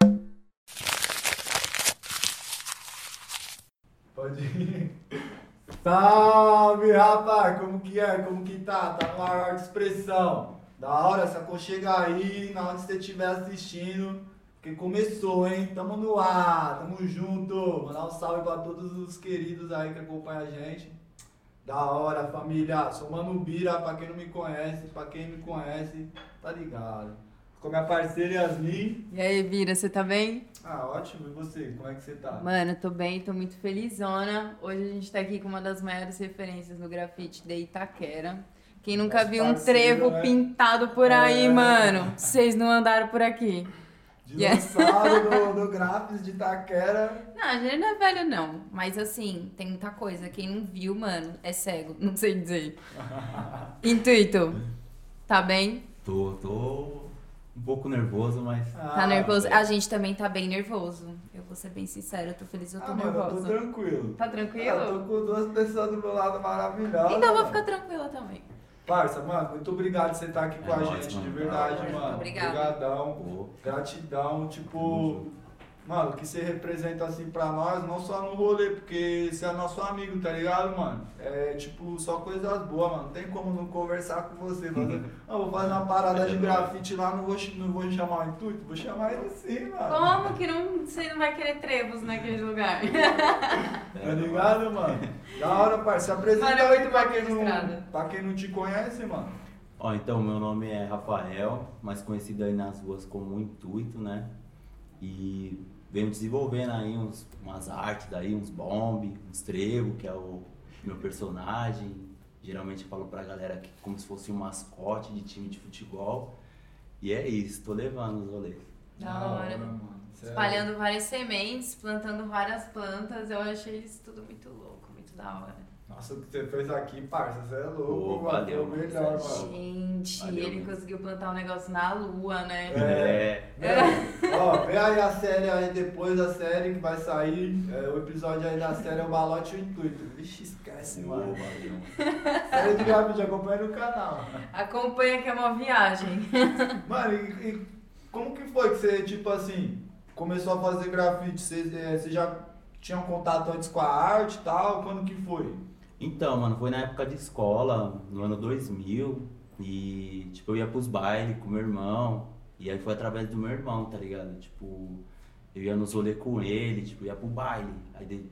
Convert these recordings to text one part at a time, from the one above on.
Salve, rapaz! Como que é? Como que tá? Tá no maior de expressão. Da hora, se aconchega aí, na onde você estiver assistindo. Porque começou, hein? Tamo no ar, tamo junto. Mandar um salve pra todos os queridos aí que acompanham a gente. Da hora, família. Sou Mano Bira, pra quem não me conhece, pra quem me conhece, tá ligado. Com a minha parceira Yasmin. E aí, Bira, você tá bem? Ah, ótimo. E você? Como é que você tá? Mano, eu tô bem, tô muito felizona. Hoje a gente tá aqui com uma das maiores referências no grafite de Itaquera. Quem nunca Nosso viu um parceiro, trevo né? pintado por aí, É. mano? Vocês não andaram por aqui. Yeah. Dinossauro do, do Grafis de Itaquera. Não, a gente não é velho, não. Mas assim, tem muita coisa. Quem não viu, mano, é cego. Não sei dizer. Intuito. Tá bem? Tô, tô um pouco nervoso, mas. Ah, Tá nervoso? A gente também tá bem nervoso. Eu vou ser bem sincera, eu tô feliz, eu tô Ah, mano, eu tô nervosa. tranquilo. Tá tranquilo? Ah, Eu tô com duas pessoas do meu lado maravilhosas. Então eu vou mano. ficar tranquila também. Parça, mano, muito obrigado por você estar aqui com a É nóis, gente, mano. de verdade, Muito mano. obrigada. Obrigadão. Pô, Gratidão, tamo tipo. junto. Mano, o que você representa assim pra nós, não só no rolê, porque você é nosso amigo, tá ligado, mano? É tipo, só coisas boas, mano. Não tem como não conversar com você. Mas, ah, vou fazer uma parada É de nóis. grafite lá, não vou, ch- não vou chamar o intuito, vou chamar ele sim, mano. Como que não, você não vai querer trevos naquele lugar? Tá ligado, mano? Da hora, parceiro. Apresenta Mano, é aí muito pra bom quem, não, registrado. pra quem não te conhece, mano. Ó, então, meu nome é Rafael, mais conhecido aí nas ruas como Intuito, né? E venho desenvolvendo aí uns, umas artes daí, uns bombe, uns trevo, que é o meu personagem. Geralmente eu falo pra galera que como se fosse um mascote de time de futebol. E é isso, tô levando os rolês. Da hora. mano. Cê é- Espalhando várias sementes, plantando várias plantas, eu achei isso tudo muito louco, muito da hora. Nossa, o que você fez aqui, parça, você é louco, Pô, mano. valeu, Deu mano. melhor, mano. Gente, Valeu, ele mano. conseguiu plantar um negócio na lua, né? É. Meu, Ó, vê aí a série aí depois, a série que vai sair. É, o episódio aí da série é o Balote e o Intuito. Vixe, esquece, Pô, mano. É, valeu. Série de grávida, acompanha no canal. Acompanha que é uma viagem. Mano, e, e como que foi que você, tipo assim, começou a fazer grafite? Você, eh, você já tinha um contato antes com a arte e tal? Quando que foi? Então, mano, foi na época de escola, no ano 2000, e tipo, eu ia pros bailes com meu irmão, e aí foi através do meu irmão, tá ligado? Tipo, eu ia nos rolê com ele, tipo, ia pro baile. Aí, de-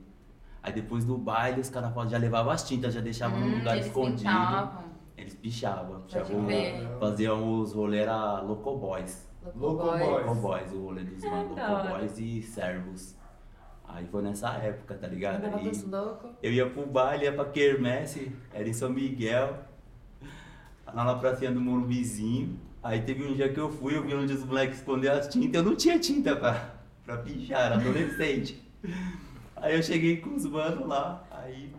aí depois do baile, os caras já levavam as tintas, já deixavam num Hum, um lugar eles escondido. um pintavam. Eles pichavam, Pode pichavam, crer. faziam os rolê era Locoboys. Louco boy. Locoboys, o rolê dos mano, Da hora. Locoboys e Servos. Aí foi nessa época, tá ligado? Tava Aí- todos loucos. eu ia pro baile, ia pra quermesse, era em São Miguel, lá na pracinha do Morumbizinho. Aí teve um dia que eu fui, eu vi onde os moleques esconderam as tintas, eu não tinha tinta pra, pra pichar, era adolescente. Aí eu cheguei com os manos lá, aí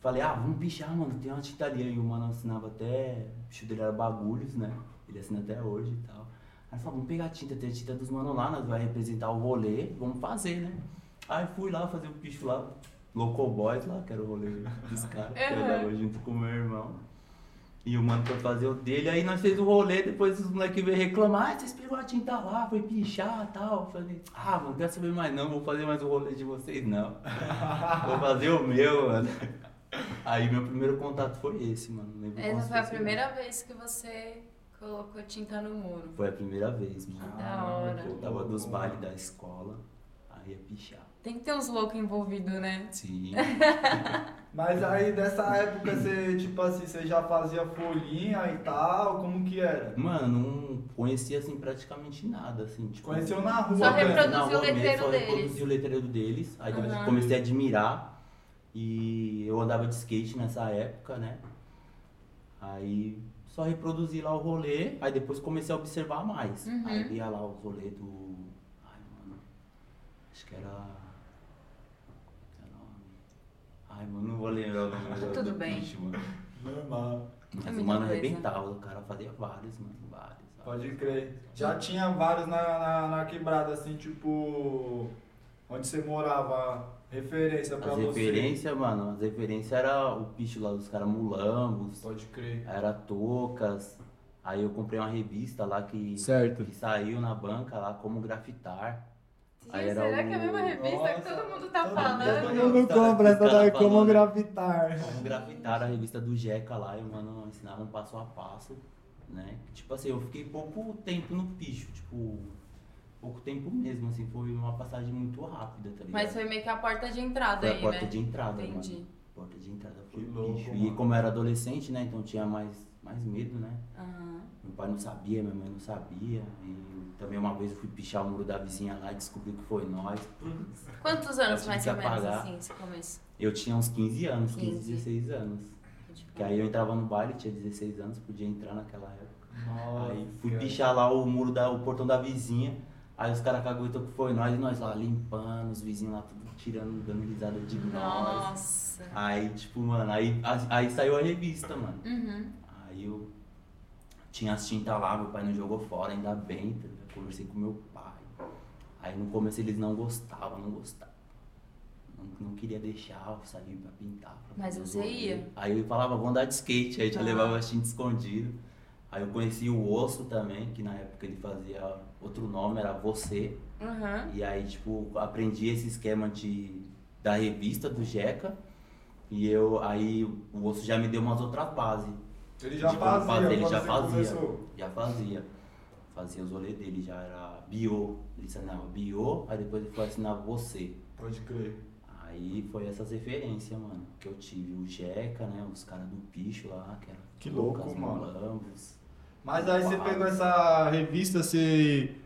falei, ah, vamos pichar, mano, tem uma tinta ali. Aí o mano assinava até, o bicho dele era Bagulhos, né, ele assina até hoje e tal. Aí ele falou, vamos pegar a tinta, tem a tinta dos manos lá, nós vai representar o rolê, vamos fazer, né. Aí fui lá fazer o picho lá, Local Boys lá, que era o rolê dos caras, que eu Uhum. dava junto com o meu irmão. E o mano foi fazer o dele, aí nós fez o rolê, depois os moleques veio reclamar, ah, vocês pegou a tinta lá, foi pichar e tal. Eu Falei, ah, mano, não quero saber mais não, vou fazer mais o rolê de vocês não. vou fazer o meu, mano. Aí meu primeiro contato foi esse, mano. não lembro qual Essa foi a foi o primeira vez que você colocou tinta no muro. segundo. Foi a primeira vez, mano. Da hora. Eu tava dos bailes da escola, aí ia pichar. Tem que ter uns loucos envolvidos, né? Sim. Mas aí dessa época você, tipo assim, você já fazia folhinha e tal? Como que era? Mano, não conhecia assim praticamente nada, assim. Tipo, Conheceu na rua, Só né? reprodu- assim, Não, Produziu o eu mesmo letreiro só deles. reproduzi o letreiro deles. Aí depois Aham. comecei a admirar. E eu andava de skate nessa época, né? Aí só reproduzi lá o rolê. Aí depois comecei a observar mais. Uhum. Aí via lá o rolê do. Ai, mano. Acho que era. Qual é o nome? Ai, mano, não vou lembrar o nome. do- Tudo do bem. É bicho, mano. Normal. Mas muita o mano coisa. arrebentava, o cara fazia vários, mano, vários. vários. Pode crer. Já tinha vários na, na, na quebrada, assim, tipo. Onde você morava, referência pra As você. referências, mano, as referências era o bicho lá dos caras mulambos, Pode crer. era toucas. Aí eu comprei uma revista lá que, Certo. que saiu na banca lá como grafitar. Aí Gente, era será o- que é a mesma revista que Nossa, todo mundo tá todo- falando? Todo mundo compra essa daí como gravitar. né? Como grafitaram a revista do Jeca lá, e, mano, ensinaram passo a passo, né? Tipo assim, eu fiquei pouco tempo no picho, tipo, pouco tempo mesmo, assim, foi uma passagem muito rápida, tá ligado? Mas foi meio que a porta de entrada Foi aí, a porta né? de entrada, Entendi. mano. Porta de entrada Que foi o louco, bicho. E mano. como eu era adolescente, né? Então tinha mais, mais medo, né? Aham. Meu pai não sabia, minha mãe não sabia. E também uma vez eu fui pichar o muro da vizinha lá e descobri que foi nós. Quantos Eu anos tive mais que ou menos apagar. assim esse começo? Eu tinha uns 15 anos, 15, 15. 16 anos. Tipo, Que aí eu entrava no baile, tinha 16 anos, podia entrar naquela época. Nossa, aí fui cara. pichar lá o muro da, o portão da vizinha. Aí os caras caguetou que foi nós e nós lá limpando, os vizinhos lá tudo tirando, dando risada de nós. Nossa. Aí, tipo, mano, aí, a- aí saiu a revista, mano. Uhum. Aí eu tinha as tintas lá, meu pai não jogou fora, ainda bem, tá ligado? conversei com meu pai. Aí no começo eles não gostavam, não gostavam. Não, não queria deixar eu sair pra pintar. pra Mas fazer os você rolês. ia? Aí eu falava, vamos andar de skate, aí já Ah. levava as tintas escondidas. Aí eu conheci o Osso também, que na época ele fazia outro nome, era Você. Uhum. E aí, tipo, aprendi esse esquema de, da revista do Jeca. E eu, aí o osso já me deu umas outras bases. Ele já De como fazia. fazer, ele quando já você fazia. começou. Já fazia. Fazia os rolês dele, já era bio. Ele assinava bio, aí depois ele foi assinar você. Pode crer. Aí foi essas referências, mano, que eu tive. O Jeca, né? Os caras do bicho lá, que era Que louco, Lucas mano. Malambos. Mas aí você Uau. pegou essa revista, você.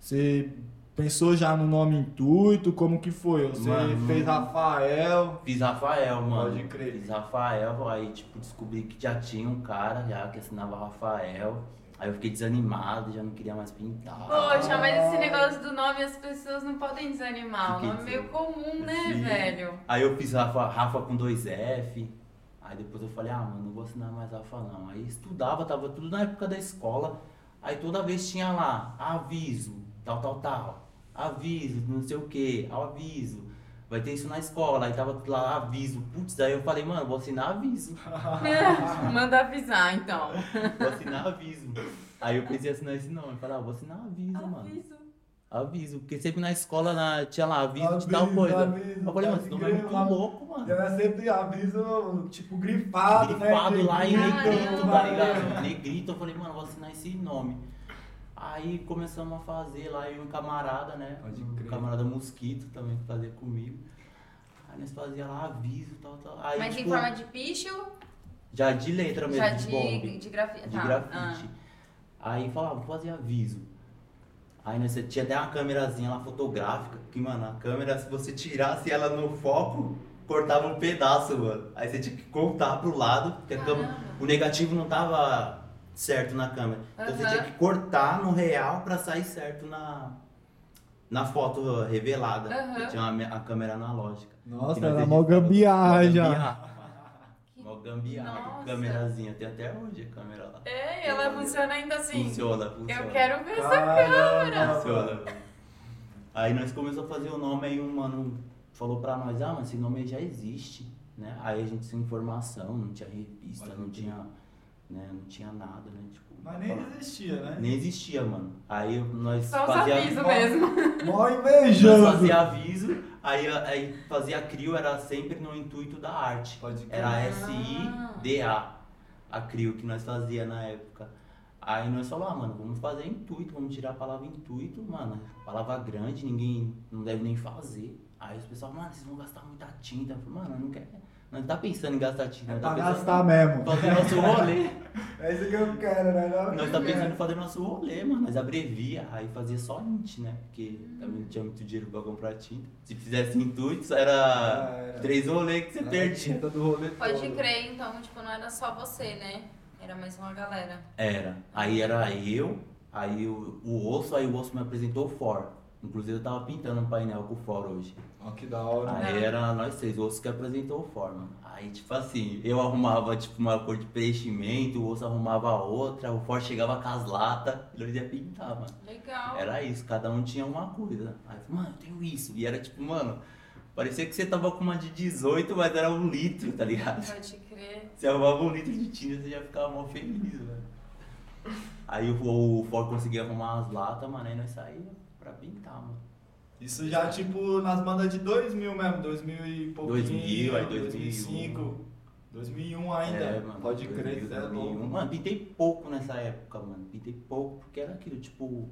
Você pensou já no nome intuito? Como que foi? Você Mano. fez Rafael. Fiz Rafael, mano. Pode crer. Fiz Rafael, aí tipo, descobri que já tinha um cara já que assinava Rafael. Aí eu fiquei desanimado, já não queria mais pintar. Poxa, mas esse Ah. negócio do nome as pessoas não podem desanimar. O Fiquei nome é meio comum, né, Sim. velho? Aí eu fiz Rafa, Rafa com dois F. Aí depois eu falei, ah, mano, não vou assinar mais Rafa não. Aí estudava, tava tudo na época da escola. Aí toda vez tinha lá, aviso, tal, tal, tal. Aviso, não sei o que, aviso. Vai ter isso na escola. Aí tava tudo lá, aviso. Putz, aí eu falei, mano, vou assinar aviso. Manda avisar, então. Vou assinar aviso. Aí eu pensei em assinar esse nome. Eu Falei, ah, vou assinar aviso, mano. Aviso. Porque sempre na escola na, tinha lá aviso, de tal Aviso, coisa. aviso, eu falei, mano, tá esse nome é muito ligado? louco, mano. Era sempre aviso, tipo, grifado, né? Grifado lá em Caramba. negrito, tá ligado? Caramba. Negrito, eu falei, mano, vou assinar esse nome. Aí começamos a fazer lá, eu e um camarada, né? Pode um crer. camarada mosquito também que fazia comigo. Aí nós fazia lá aviso, tal, tal. Aí, Mas em tipo, forma de picho? já de letra mesmo, Já de, de, bombe de Tá, grafite. Tá. ah. de grafite. Aí falava, vou fazer aviso. Aí né, você tinha até uma câmerazinha lá fotográfica, que, mano, a câmera, se você tirasse ela no foco, cortava um pedaço, mano. Aí você tinha que cortar pro lado, porque a câmera- Caramba. o negativo não tava certo na câmera. Então você Aham. tinha que cortar no real pra sair certo na, na foto revelada. Aham. Porque Tinha uma, me- a câmera analógica. Nossa, Que nós era mó editava- gambiarra mó já. gambiarra, mano. Mó gambiarra, Nossa. câmerazinha. Tem até hoje a câmera lá. É, e ela funciona ainda assim. Funciona, funciona. Eu quero ver essa. Caramba. Funciona. Aí nós começamos a fazer o nome, aí um mano falou pra nós, ah, mas esse nome aí já existe, né? Aí a gente sem informação, não tinha revista, Pode não crer. tinha, né, não tinha nada, né? Tipo, Mas nem existia, né? nem existia, mano. Aí eu- nós Só os fazia avisos mesmo. Mó nós invejando. fazia aviso, aí, aí fazia crio, era sempre no intuito da arte. Pode crer. Era S-I-D-A, a CRIO que nós fazia na época. Aí nós falamos, ah, mano, vamos fazer intuito, vamos tirar a palavra intuito, mano. Palavra grande, ninguém não deve nem fazer. Aí os pessoal, mano, vocês vão gastar muita tinta. Eu falei, mano, não quer. Nós não tá pensando em gastar tinta, É nós tá pra pensando gastar em mesmo. fazer nosso rolê. É isso que eu quero, né? Não, Nós tá pensando em fazer nosso rolê, mano. Nós abrevia, aí fazia só int, né? Porque Hum. também não tinha muito dinheiro pra comprar tinta. Se fizesse intuito, só Ah, era era. três rolês que você Era perdia. tinta do rolê Pode todo. crer, então, tipo, não era só você, né? Era mais uma galera. Era. Aí era eu, aí o, o osso, aí o osso me apresentou o For. Inclusive eu tava pintando um painel com o For hoje. Ó, que da hora. Aí era nós três, o osso que apresentou o For, mano. Aí tipo assim, eu arrumava tipo uma cor de preenchimento, o osso arrumava outra, o For chegava com as latas, ele ia pintar, mano. Legal. Era isso, cada um tinha uma coisa. Aí eu falei, mano, eu tenho isso. E era tipo, mano, parecia que você tava com uma de 18, mas era um litro, tá ligado? Pode crer. Você arrumava um litro de tinta, você já ficava mó feliz, velho. Aí o, o Ford conseguia arrumar umas latas, mano, aí nós saímos pra pintar, mano. Isso já, tipo, nas bandas de 2000 mesmo, 2000 e pouquinho. 2000, aí 2005. 2001 ainda. É, Pode crer, 2000, você é 2001. louco. Mano, pintei pouco nessa época, mano. Pintei pouco, porque era aquilo, tipo,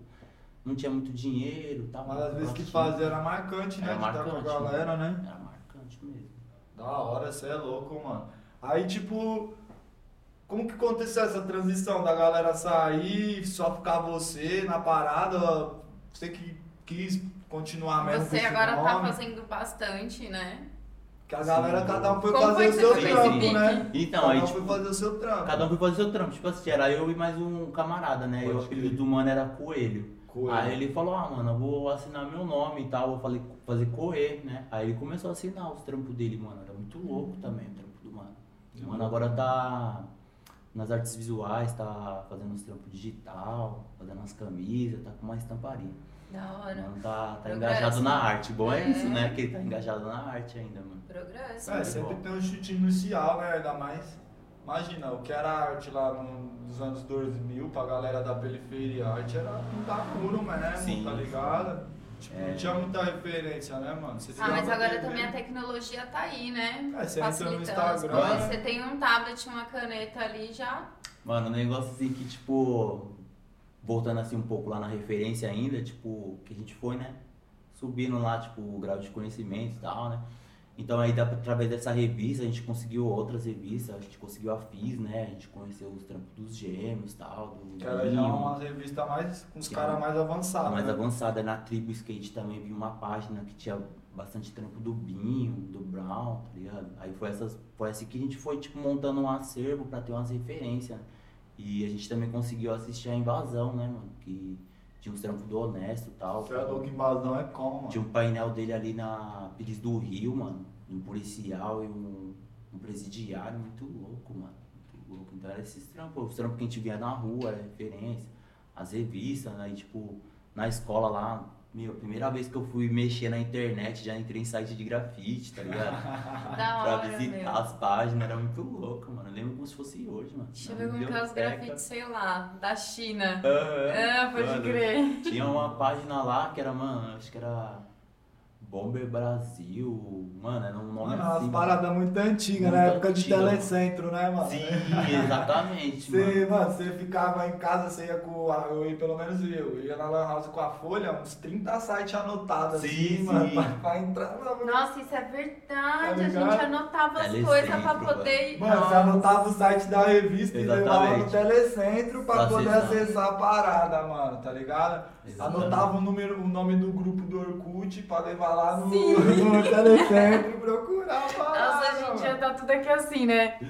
não tinha muito dinheiro e tal. Mas às vezes que Tinha- fazia era marcante, né? Era de estar com a marcante, né? galera, né? Era marcante mesmo. Da hora, você é louco, mano. Aí, tipo, como que aconteceu essa transição da galera sair, só ficar você na parada? Você que quis continuar mesmo com Você Ah, esse agora tá nome? fazendo bastante, né? Que a galera, cada um foi Como fazer foi o que seu você fez trampo, esse né? Então, cada aí, um tipo, foi fazer o seu trampo. cada um foi fazer seu trampo. Tipo assim, era eu e mais um camarada, né? E Pode o crer. apelido do mano era Coelho. Coisa. Aí ele falou, ah, mano, eu vou assinar meu nome e tal, vou fale- fazer correr, né? Aí ele começou a assinar os trampos dele, mano. Era muito louco também o trampo do mano. O mano agora tá nas artes visuais, tá fazendo uns trampos digital, fazendo as camisas, tá com uma estamparia. Da O hora. mano tá, tá Progresso, engajado na né? arte. Bom é isso, É. né? Que ele tá engajado na arte ainda, mano. Progresso. É, sempre tem um chute inicial, né? Ainda mais. Imagina, o que era arte lá no- nos anos 2000 pra galera da periferia, a arte era pintar muro, mas né? Sim. Tá ligado? Tipo, É. não tinha muita referência, né, mano? Você Ah, mas ligava agora TV. também a tecnologia tá aí, né? É, você entra no as Instagram, coisas. né? Você tem um tablet, uma caneta ali já. Mano, um negócio assim que, tipo, voltando assim um pouco lá na referência ainda, tipo, que a gente foi, né? Subindo lá, tipo, o grau de conhecimento e tal, né? Então aí dá pra- através dessa revista a gente conseguiu outras revistas, a gente conseguiu a FIS, né? A gente conheceu os trampos dos gêmeos e tal, do Que era já é Ninho, uma revista mais. com os Sim. caras mais avançados. mais né? avançada. Na tribo skate também vi uma página que tinha bastante trampo do Binho, do Brown, tá ligado? Aí foi, essas, foi assim que a gente foi tipo, montando um acervo pra ter umas referências. E a gente também conseguiu assistir a invasão, né, mano? Que tinha uns trampos do Honesto e tal. Você é louco, invasão é como, mano? Tinha um painel dele ali na Pires do Rio, mano. de Um policial e um, um presidiário muito louco, mano. Muito louco. Então era esses trampos. Os trampos que a gente via na rua, era referência. As revistas, né? E, tipo, na escola lá. Meu, primeira vez que eu fui mexer na internet, já entrei em site de grafite, tá ligado? Da pra hora, visitar meu. as páginas, era muito louco, mano. Eu lembro como se fosse hoje, mano. Deixa Na eu ver como que é os biblioteca. grafites, sei lá, da China. Aham. Ah, pode Mano, crer. tinha uma página lá que era, mano, acho que era Bomber Brasil, mano, era um nome Mano, assim. umas mano. paradas muito antigas, Muito na época de antiga, mano. telecentro, né, mano? Sim, exatamente, Você, mano. mano, você ficava em casa, você ia com. a- Eu ia, pelo menos eu, eu ia na Lan House com a Folha, uns 30 sites anotados, assim, Sim, mano, sim. pra, pra entrar. Mano, Nossa, isso é verdade. Tá a ligado? gente anotava as Telecentro, coisas pra mano. poder ir. mano, você anotava o site da revista e levava no Exatamente. telecentro pra Pra poder acessar. acessar a parada, mano, tá ligado? Exatamente. Anotava o, número, o nome do grupo do Orkut pra levar lá no, Sim. no telecentro e procurar a parada. Nossa, a gente mano. já tá tudo aqui assim, né?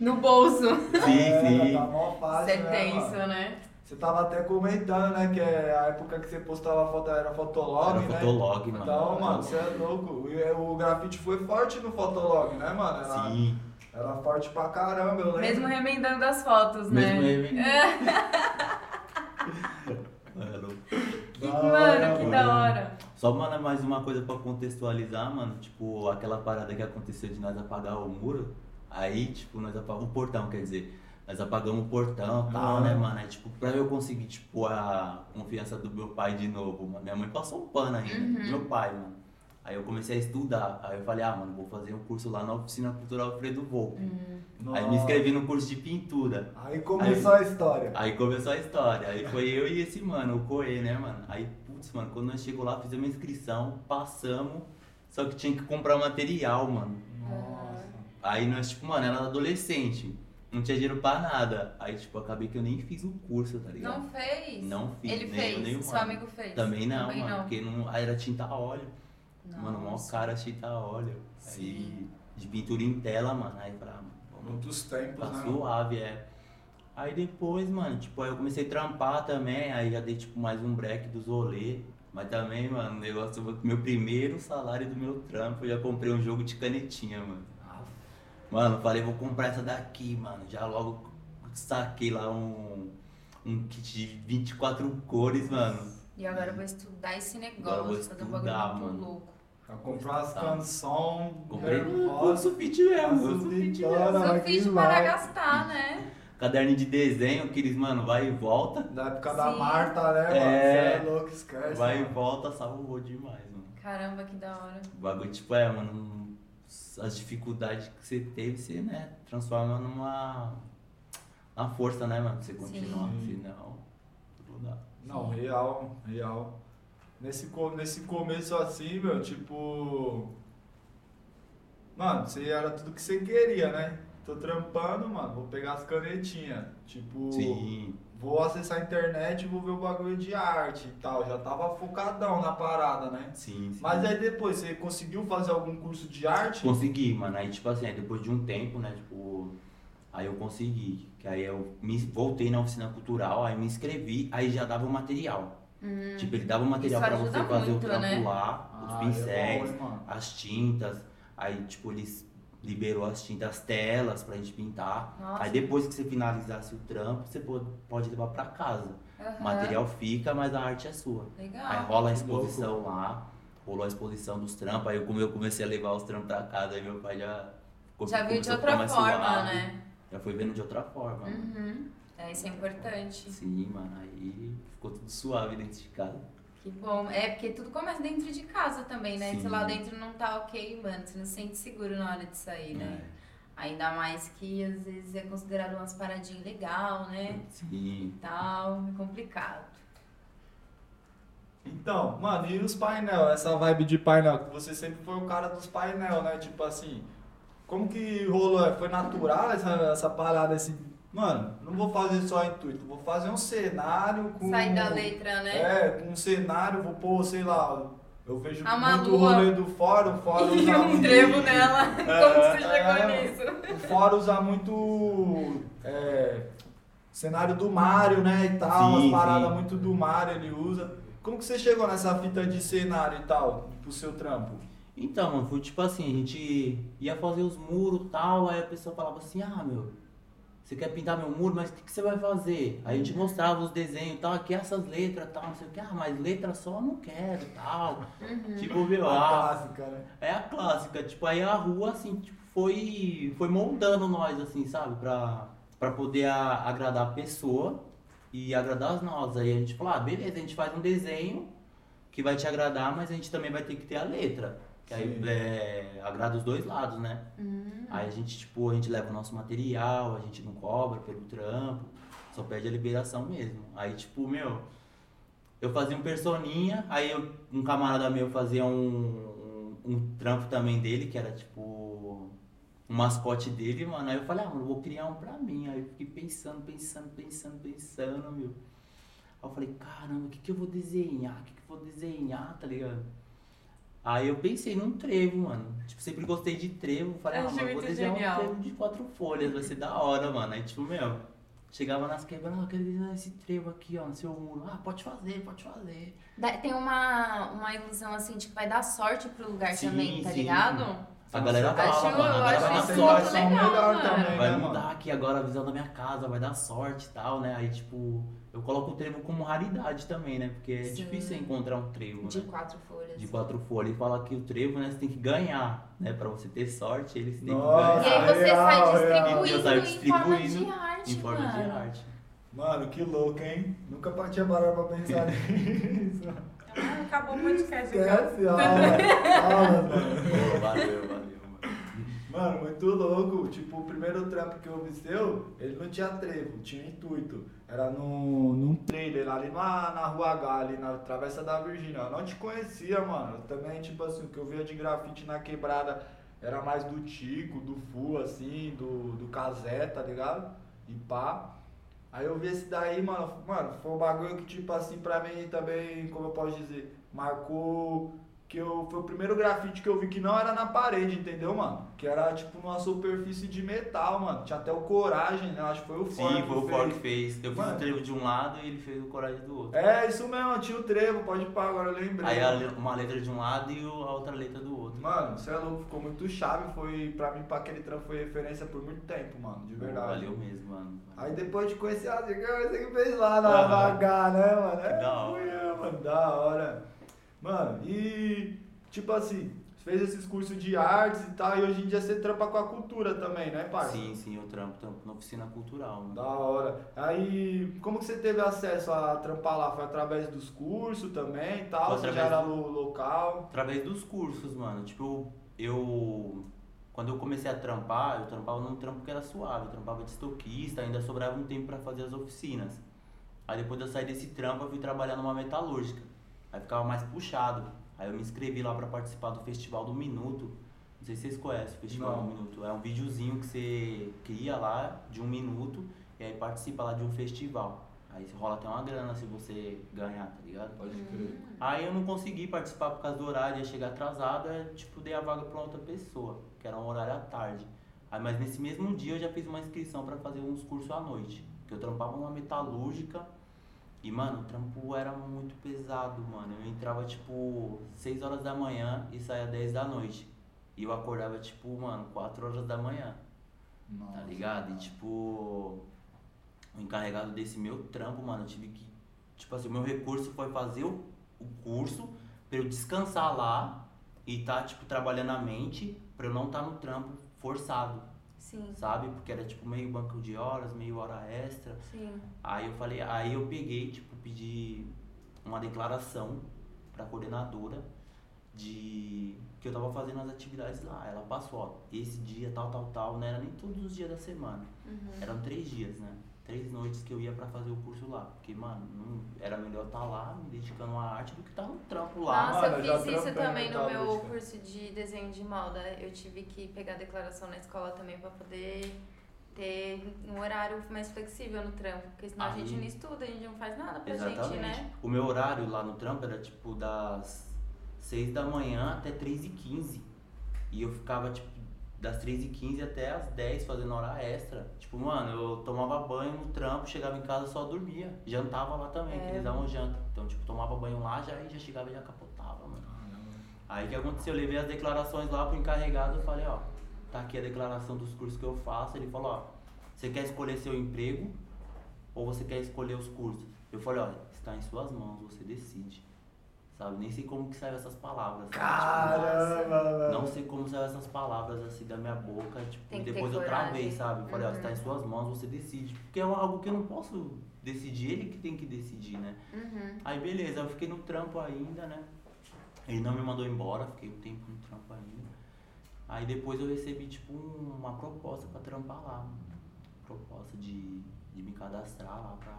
No bolso. É, Sim, Tá sim. mó fácil, Você é né, tenso, mano? né? Você tava até comentando, né, que é a época que você postava foto era fotolog, Era um né? Fotolog, mano. Então, mano, você é louco. E, é, O grafite foi forte no fotolog, né, mano? Era, Sim, era forte pra caramba, eu lembro. Mesmo remendando as fotos, mesmo né? ele. É, Mano, que, Da hora, mano, que mano. da hora. Só mano, mais uma coisa pra contextualizar, mano. Tipo, aquela parada que aconteceu de nós apagar o muro. Aí, tipo, nós apagamos o portão, quer dizer. Nós apagamos o portão e tal, Ah. né, mano? Aí, tipo, pra eu conseguir, tipo, a confiança do meu pai de novo, mano. Minha mãe passou um pano ainda, meu pai, mano. Aí eu comecei a estudar. Aí eu falei, ah, mano, vou fazer um curso lá na Oficina Cultural Alfredo Volpe. Aí me inscrevi no curso de pintura. Aí começou a história. Aí começou a história. Aí foi eu e esse mano, o Coê, né, mano? Aí, putz, mano, quando nós chegou lá, fizemos a inscrição, passamos, só que tinha que comprar o material, mano. Nossa. Aí nós, tipo, mano, era adolescente, não tinha dinheiro pra nada. Aí, tipo, acabei que eu nem fiz o curso, tá ligado? Não fez? Não fiz, Ele nem eu, fez, nem o seu mano. amigo fez. Também não, Também mano, não. porque não, aí era tinta a óleo. Mano, mó Nossa. cara tinta a óleo. Sim. Aí, de pintura em tela, mano. Aí eu falei, ah, mano, vamos Muitos tempos, Tá né? mano? suave, é. Aí depois, mano, tipo, aí eu comecei a trampar também, aí já dei tipo mais um break dos rolê. Mas também, mano, o negócio, meu primeiro salário do meu trampo, eu já comprei um jogo de canetinha, mano. Mano, falei, vou comprar essa daqui, mano. Já logo saquei lá um, um kit de 24 cores, mano. E agora eu vou estudar esse Agora eu vou negócio, fazer um bagulho estudar, muito mano. louco. Já comprou as Tá. canções. Comprei Harry um Potter. curso fit mesmo, curso fit mesmo. Cara, Só que fiz para live. gastar, né? Caderno de desenho, que eles, mano, vai e volta. Da época da Sim. Marta, né, mano? Você É. é louco, esquece. Vai e mano. volta, salvou demais, mano. Caramba, que da hora. O bagulho, tipo, é, mano, as dificuldades que você teve, você, né, transforma numa, numa força, né, mano, pra você continuar. Sim. Senão, não dá. Não, real, real. Nesse, co- nesse começo assim, meu, tipo. Mano, você era tudo que você queria, né? Tô trampando, mano, vou pegar as canetinhas. Tipo, Sim, vou acessar a internet e vou ver o bagulho de arte e tal. Já tava focadão na parada, né? sim, sim. Mas aí depois, você conseguiu fazer algum curso de arte? Consegui, mano. Aí, tipo assim, aí depois de um tempo, né? Tipo, aí eu consegui. Que aí eu me, voltei na oficina cultural, aí me inscrevi, aí já dava o material. Tipo, ele dava o material Isso pra você ajuda fazer o muito, trampo né? lá, os Ah, é pincéis, bom, hein, mano? as tintas. Aí, tipo, eles liberou as tintas, as telas pra gente pintar. Nossa. Aí depois que você finalizasse o trampo, você pode, pode levar pra casa. Aham. Ah, O material fica, mas a arte é sua. Aí Legal. rola a que louco. exposição lá, rolou a exposição dos trampos, aí eu, como eu comecei a levar os trampos pra casa, aí meu pai já ficou Já viu de começou a outra ficar mais forma, suave, né? Já foi vendo de outra forma. mano. Uhum. É, isso é importante. Sim, mano, aí ficou tudo suave dentro de casa. Que bom. É porque tudo começa dentro de casa também, né? Se Sim. lá dentro não tá ok, mano, você não se sente seguro na hora de sair, né? É, Ainda mais que às vezes é considerado umas paradinhas legal, né? É, sim. E tal, é complicado. Então, mano, e os painel, essa vibe de painel, que você sempre foi o cara dos painel, né? Tipo assim, como que rolou? Foi natural essa, essa parada assim? Mano, não vou fazer só intuito, vou fazer um cenário com. Sai da letra, né? É, com um cenário, vou pôr, sei lá, eu vejo Ah, uma muito o lua. rolê do fórum, o fórum E usa um muito- trevo nela. Como você chegou é, nisso? O fórum usa muito. é, cenário do Mario, né? E tal, Sim, umas paradas sim. muito do Mario ele usa. Como que você chegou nessa fita de cenário e tal, pro seu trampo? Então, mano, foi tipo assim, a gente ia fazer os muros e tal, aí a pessoa falava assim, ah, meu, você quer pintar meu muro, mas o que, que você vai fazer? Aí a gente mostrava os desenhos e tal, aqui essas letras e tal, não sei o que, ah, mas letra só eu não quero e tal. Tipo, meu, ah, clássica, né? É a clássica, tipo, aí a rua, assim, tipo, foi, foi moldando nós, assim, sabe? Pra, pra poder a- agradar a pessoa e agradar as nós. Aí a gente falou, ah, beleza, a gente faz um desenho que vai te agradar, mas a gente também vai ter que ter a letra. Que aí Sim. é, agrada os dois lados, né? Aí a gente, tipo, a gente leva o nosso material, a gente não cobra pelo trampo, só pede a liberação mesmo. Aí, tipo, meu, eu fazia um personinha, aí eu- um camarada meu fazia um, um, um trampo também dele, que era tipo um mascote dele, mano. Aí eu falei, ah, mano, eu vou criar um pra mim. Aí eu fiquei pensando, pensando, pensando, pensando, meu. Aí eu falei, caramba, o que, que eu vou desenhar? O que, que eu vou desenhar, tá ligado? Aí eu pensei num trevo, mano. Tipo, sempre gostei de trevo. Falei, Eu ah, achei mano, vou muito desenhar genial. um trevo de quatro folhas, vai ser da hora, mano. Aí, tipo, meu, chegava nas quebradas, ah, eu quero desenhar esse trevo aqui, ó, no seu muro. Ah, pode fazer, pode fazer. Dá- Tem uma, uma ilusão assim de que vai dar sorte pro lugar Sim, também, tá sim. ligado? A galera Acho- fala, mano, agora acho vai dar isso é sorte. muito legal, mano. Vai né, mudar aqui agora a visão da minha casa, vai dar sorte e tal, né? Aí, tipo, eu coloco o trevo como raridade também, né? Porque é Sim. difícil encontrar um trevo, De né? quatro folhas. De quatro folhas. E fala que o trevo, né, você tem que ganhar, né? Pra você ter sorte, eles têm Nossa. E que ganhar aí você Real, real. Eu sai saio distribuindo, em Então forma de distribuindo arte, em forma mano. de arte. Mano, que louco, hein? Nunca tinha parado pra pensar nisso. Ah, Acabou o podcast, legal. Esquece, aula, aula, mano. Pô, valeu, valeu, mano. Mano, muito louco. Tipo, o primeiro trampo que eu vi seu, ele não tinha trevo, tinha intuito. Era num, num trailer ali na, na Rua H, ali na Travessa da Virgínia. Eu não te conhecia, mano. Eu também, tipo assim, o que eu via de grafite na quebrada era mais do Tico, do Fu, assim, do, do Casé, tá ligado? E pá. Aí eu vi esse daí, mano, mano, foi um bagulho que, tipo assim, pra mim também, como eu posso dizer, marcou que eu, foi o primeiro grafite que eu vi que não era na parede, entendeu, mano? Que era tipo numa superfície de metal, mano. Tinha até o coragem, né? Acho que foi o Ford. Sim, foi o que fez. Ford que fez. Eu fiz Mano. o trevo de um lado e ele fez o coragem do outro. É, isso mesmo, tinha o trevo, pode ir pra agora, eu lembrei. Aí a le- uma letra de um lado e o- a outra letra do outro. Mano, você é louco, ficou muito chave, foi pra mim, pra aquele trampo foi referência por muito tempo, mano, de Pô, verdade. Valeu mesmo, mano. Aí depois de conhecer a Zigão, você que fez lá na Ah, vaga, né, mano? que da hora. fui eu, mano, da hora. Mano, e tipo assim, fez esses cursos de artes e tal, e hoje em dia você trampa com a cultura também, né, parça? Sim, sim, eu trampo, trampo na oficina cultural. né? Da hora. Aí, como que você teve acesso a trampar lá? Foi através dos cursos também e tal? Foi Você já através era no local? Através dos cursos, mano. Tipo, eu. Quando eu comecei a trampar, eu trampava num trampo que era suave. Eu trampava de estoquista, ainda sobrava um tempo pra fazer as oficinas. Aí depois eu saí desse trampo, eu fui trabalhar numa metalúrgica. Aí ficava mais puxado. Aí eu me inscrevi lá pra participar do Festival do Minuto. Não sei se vocês conhecem o Festival Não. do Minuto. É um videozinho que você cria lá de um minuto e aí participa lá de um festival. Aí rola até uma grana se você ganhar, tá ligado? Pode crer. Aí eu não consegui participar por causa do horário, ia chegar atrasado, aí, tipo, dei a vaga pra outra pessoa, que era um horário à tarde. Aí, mas nesse mesmo dia eu já fiz uma inscrição pra fazer uns cursos à noite, que eu trampava numa metalúrgica. E, mano, o trampo era muito pesado, mano. Eu entrava, tipo, 6 horas da manhã e saía 10 da noite. E eu acordava, tipo, mano, 4 horas da manhã Hum. tá ligado? E tipo, o encarregado desse meu trampo, mano, eu tive que. Tipo assim, o meu recurso foi fazer o, o curso pra eu descansar lá e tá, tipo, trabalhando a mente pra eu não tá no trampo forçado, Sim, sabe? Porque era tipo meio banco de horas, meio hora extra. sim. Aí eu falei, aí eu peguei, tipo, pedi uma declaração pra coordenadora de que eu tava fazendo as atividades lá. Ela passou, ó, esse dia, tal, tal, tal, não era nem todos os dias da semana. Eram três dias, né? Três noites que eu ia pra fazer o curso lá. Porque, mano, não- era melhor estar tá lá me dedicando à arte do que estar no trampo lá. Nossa, mano, já eu fiz isso trampei também em no meu metalúrgica. curso de desenho de malda. Eu tive que pegar declaração na escola também pra poder ter um horário mais flexível no trampo. Porque senão a Aí- gente não estuda, a gente não faz nada pra gente, Exatamente. né? O meu horário lá no trampo era tipo das 6 da manhã até 3 e 15 E eu ficava tipo das 3 e 15 até as 10 fazendo hora extra. Tipo, mano, eu tomava banho no trampo, chegava em casa só dormia. Jantava lá também, que eles davam janta. Então, tipo, tomava banho lá já e já chegava e já capotava, mano. Aí o que aconteceu? Eu levei as declarações lá pro encarregado e falei, ó, tá aqui a declaração dos cursos que eu faço. Ele falou, ó, você quer escolher seu emprego ou você quer escolher os cursos? Eu falei, olha, está em suas mãos, você decide. Sabe? Nem sei como que saiu essas palavras. sabe? Caramba, Tipo, mano. não sei como saiu essas palavras assim da minha boca. Tipo, Tem que depois ter eu coragem. travei, sabe? Eu falei, ó, Uhum. está em suas mãos, você decide. Porque é algo que eu não posso decidir, ele que tem que decidir, né? Uhum. Aí beleza, eu fiquei no trampo ainda, né? Ele não me mandou embora, fiquei um tempo no trampo ainda. Aí depois eu recebi tipo um- uma proposta pra trampar lá. Proposta de, de me cadastrar lá pra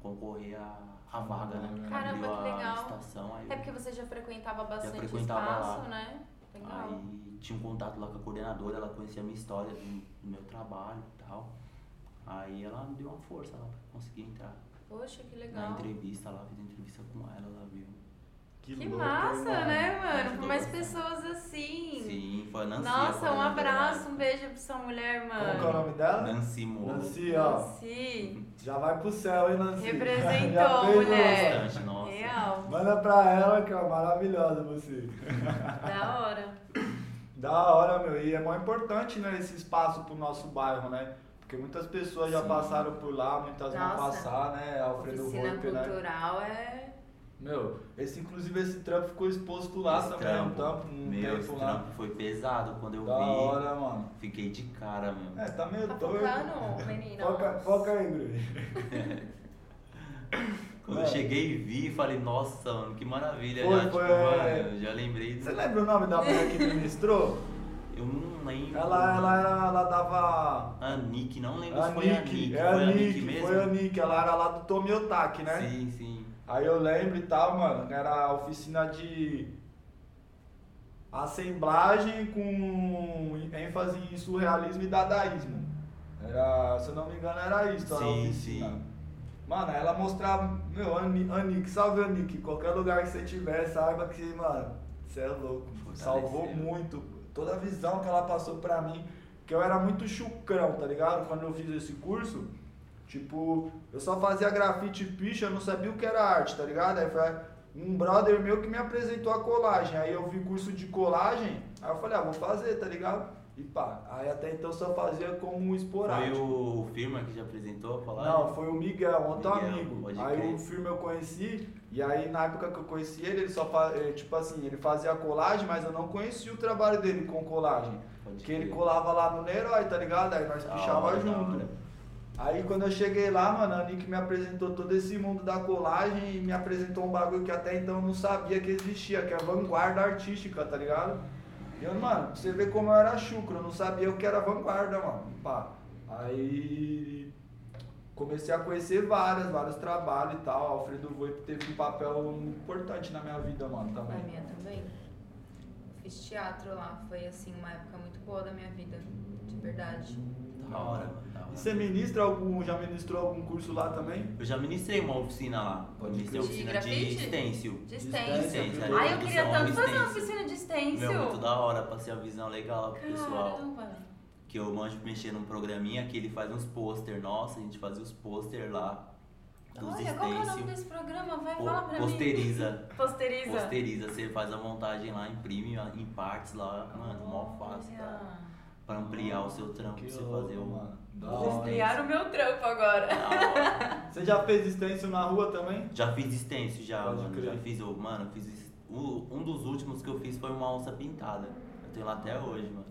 concorrer à à vaga, né? Caramba, Abriu que legal. a estação, aí, É porque você já frequentava bastante frequentava espaço, lá. né? Legal. aí tinha um contato lá com a coordenadora, ela conhecia a minha história, do, do meu trabalho e tal. Aí ela me deu uma força lá pra conseguir entrar. Poxa, que Na legal. entrevista lá, fiz entrevista com ela, ela viu. Que massa, mano. né, mano? Ajudou Por mais bastante. pessoas assim. Sim, foi a Nancy. a Nossa, um coordenadora lá. abraço, um beijo pra sua mulher, Como que é o mano. nome dela? Nancy Moura. Nancy, ó. Nancy. Já vai pro céu, hein, Nancy? Representou, Já fez mulher. Bastante, nossa. uma. Real. Manda pra ela que é maravilhosa você. Da hora. Da hora, meu. E é mó importante, né, esse espaço pro nosso bairro, né? Porque muitas pessoas já Sim. passaram por lá, muitas vão Nossa. passar, né? Alfredo Oficina Volpe, né? cultural é. Meu, esse, inclusive esse trampo ficou exposto lá Esse também, um trampo, um meu, esse tempo lá. trampo foi pesado. Quando eu Da vi, hora, mano. fiquei de cara, meu. É, tá meio Tá doido. focando, menina. Foca, foca aí, Gru. Quando É. eu cheguei e vi, falei, nossa, mano, que maravilha. Foi, já, tipo, foi. é. mano, eu já lembrei do... Você lembra o nome da mulher que ministrou? Eu não lembro. Ela, ela, era- ela dava. A Nick, não lembro A se foi a Nick. Nick, é foi a a Nick Nick, mesmo? foi a Nick, ela era lá do Tomiotaki, né? Sim, sim. Aí eu lembro e tal, mano, era a oficina de assemblagem com ênfase em surrealismo e dadaísmo. Era, se eu não me engano, era isso. a Sim, oficina. sim. Mano, ela mostrava, meu, Ani- Anik, salve Anik, qualquer lugar que você tiver, saiba que, mano, você é louco. Salvou Fortaleceu. muito. Toda a visão que ela passou pra mim, que eu era muito chucrão, tá ligado? Quando eu fiz esse curso, tipo, eu só fazia grafite e picha, eu não sabia o que era arte, tá ligado? Aí foi um brother meu que me apresentou a colagem. Aí eu vi curso de colagem, aí eu falei, ah, vou fazer, tá ligado? E E pá, aí até então só fazia como um Foi esporádico. o Firma que já apresentou a palavra? Não, foi o Miguel, outro Miguel, amigo. pode Aí crer. o filme eu conheci, e aí na época que eu conheci ele, ele só fa... eh, tipo assim, ele fazia colagem, mas eu não conhecia o trabalho dele com colagem. Pode Porque ele crer. colava lá no Leroy, tá ligado? Aí nós Da pichava hora, da junto. hora. Aí quando eu cheguei lá, mano, a Nick me apresentou todo esse mundo da colagem e me apresentou um bagulho que até então eu não sabia que existia, que é a vanguarda artística, tá ligado? E eu, mano, pra você ver como eu era chucro, eu não sabia o que era vanguarda, mano. Pá. Aí comecei a conhecer várias, vários trabalhos e tal. Alfredo Voip teve um papel muito importante na minha vida, mano, Na também. é minha também. Fiz teatro lá, foi assim uma época muito boa da minha vida, de verdade. Da hora, mano, da hora. E você ministra algum, já ministrou algum curso lá também? Eu já ministrei uma oficina lá. Eu Pode ministrei crer. uma De oficina de grafite? stencil. De Distância, stencil. viu? Distância, Ai, eu queria produção, tanto fazer uma stencil. oficina de Meu, muito stencil. da hora, passei a visão legal lá pro pessoal. Caramba. Que eu manjo mexer num programinha que ele faz uns pôster. Nossa, a gente fazia os pôster lá. Dos Olha, qual que é o nome stencil. desse programa? Vai, Po- fala pra Posteriza. mim. Posteriza. Posteriza, você faz a montagem lá, imprime em partes lá, mano, mó fácil, tá? Olha. Pra ampliar o seu trampo, pra você fazer uma. Da Vocês hora. criaram o meu trampo agora. Da hora. Você já fez stencil na rua também? Já fiz stencil, já, Pode mano. crer. Já fiz, o- mano, fiz. es- o- Um dos últimos que eu fiz foi uma onça pintada. Eu tenho lá até hoje, mano.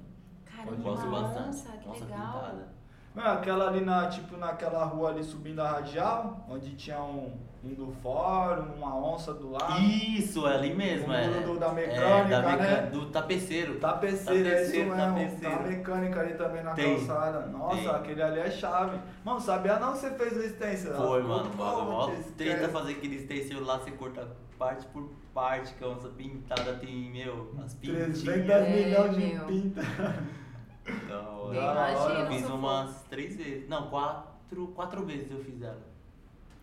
Caramba, eu gosto uma bastante. onça, que onça legal. pintada. Não, aquela ali na, tipo, naquela rua ali subindo a radial, onde tinha um, um do fórum, uma onça do lado. Isso, é ali mesmo, O é. muro Ah. do- da É, mecânica, meca- né? Do tapeceiro. Tapeceiro, é isso Tapeceiro, mesmo. tapeceiro. Tá mecânica ali também na Tem. calçada. Nossa, Tem. aquele ali é chave. Mano, sabia não que você fez resistência? Foi, mano. mano mó Tenta tenta fazer aquele stencil lá, você corta parte por parte, que a onça pintada tem, meu, as pintinhas. 300 Da milhões É, de meu. pinta. hora. Eu imagino, Fiz sou fã. umas três vezes. Não, quatro, quatro vezes eu fiz ela.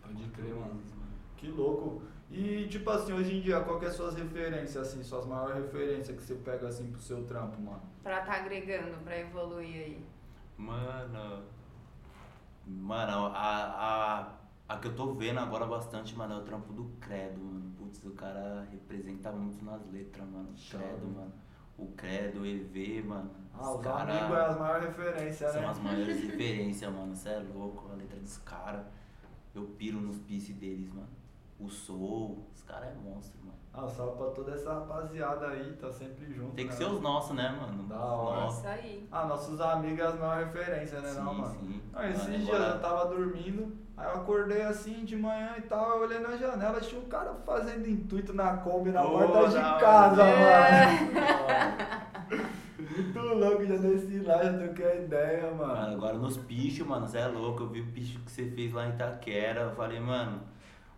Pode Quatro vezes, mano. Que louco. E, tipo assim, hoje em dia, qual que é suas referências, assim, suas maiores referências que você pega, assim, pro seu trampo, mano? Pra tá agregando, pra evoluir aí. Mano. Mano, a, a, a que eu tô vendo agora bastante, mano, é o trampo do Credo, mano. Putz, o cara representa muito nas letras, mano. Show. Credo, mano. O Credo, o EV, mano. Tá. Ah, os cara- amigos é as maiores referências, né? São as maiores referências, mano. Você é louco, a letra dos caras. Eu piro nos pises deles, mano. O Soul, os caras é monstro, mano. Ah, salve pra toda essa rapaziada aí, tá sempre junto. Tem que né? ser os nossos, né, mano? Da Os hora. nossos. É Isso aí. Ah, nossos amigos é as maiores referências, né, não, Sim, mano? sim. Não, esses Mano, dias agora- eu tava dormindo, aí eu acordei assim de manhã e tal, eu olhei na janela, tinha um cara fazendo intuito na Kombi na Ô, porta da de hora. casa, É. mano. Muito louco, já desci lá, já troquei a ideia, Mano, mano. agora nos pichos, mano, você é louco. Eu vi o picho que você fez lá em Itaquera. Eu falei, mano,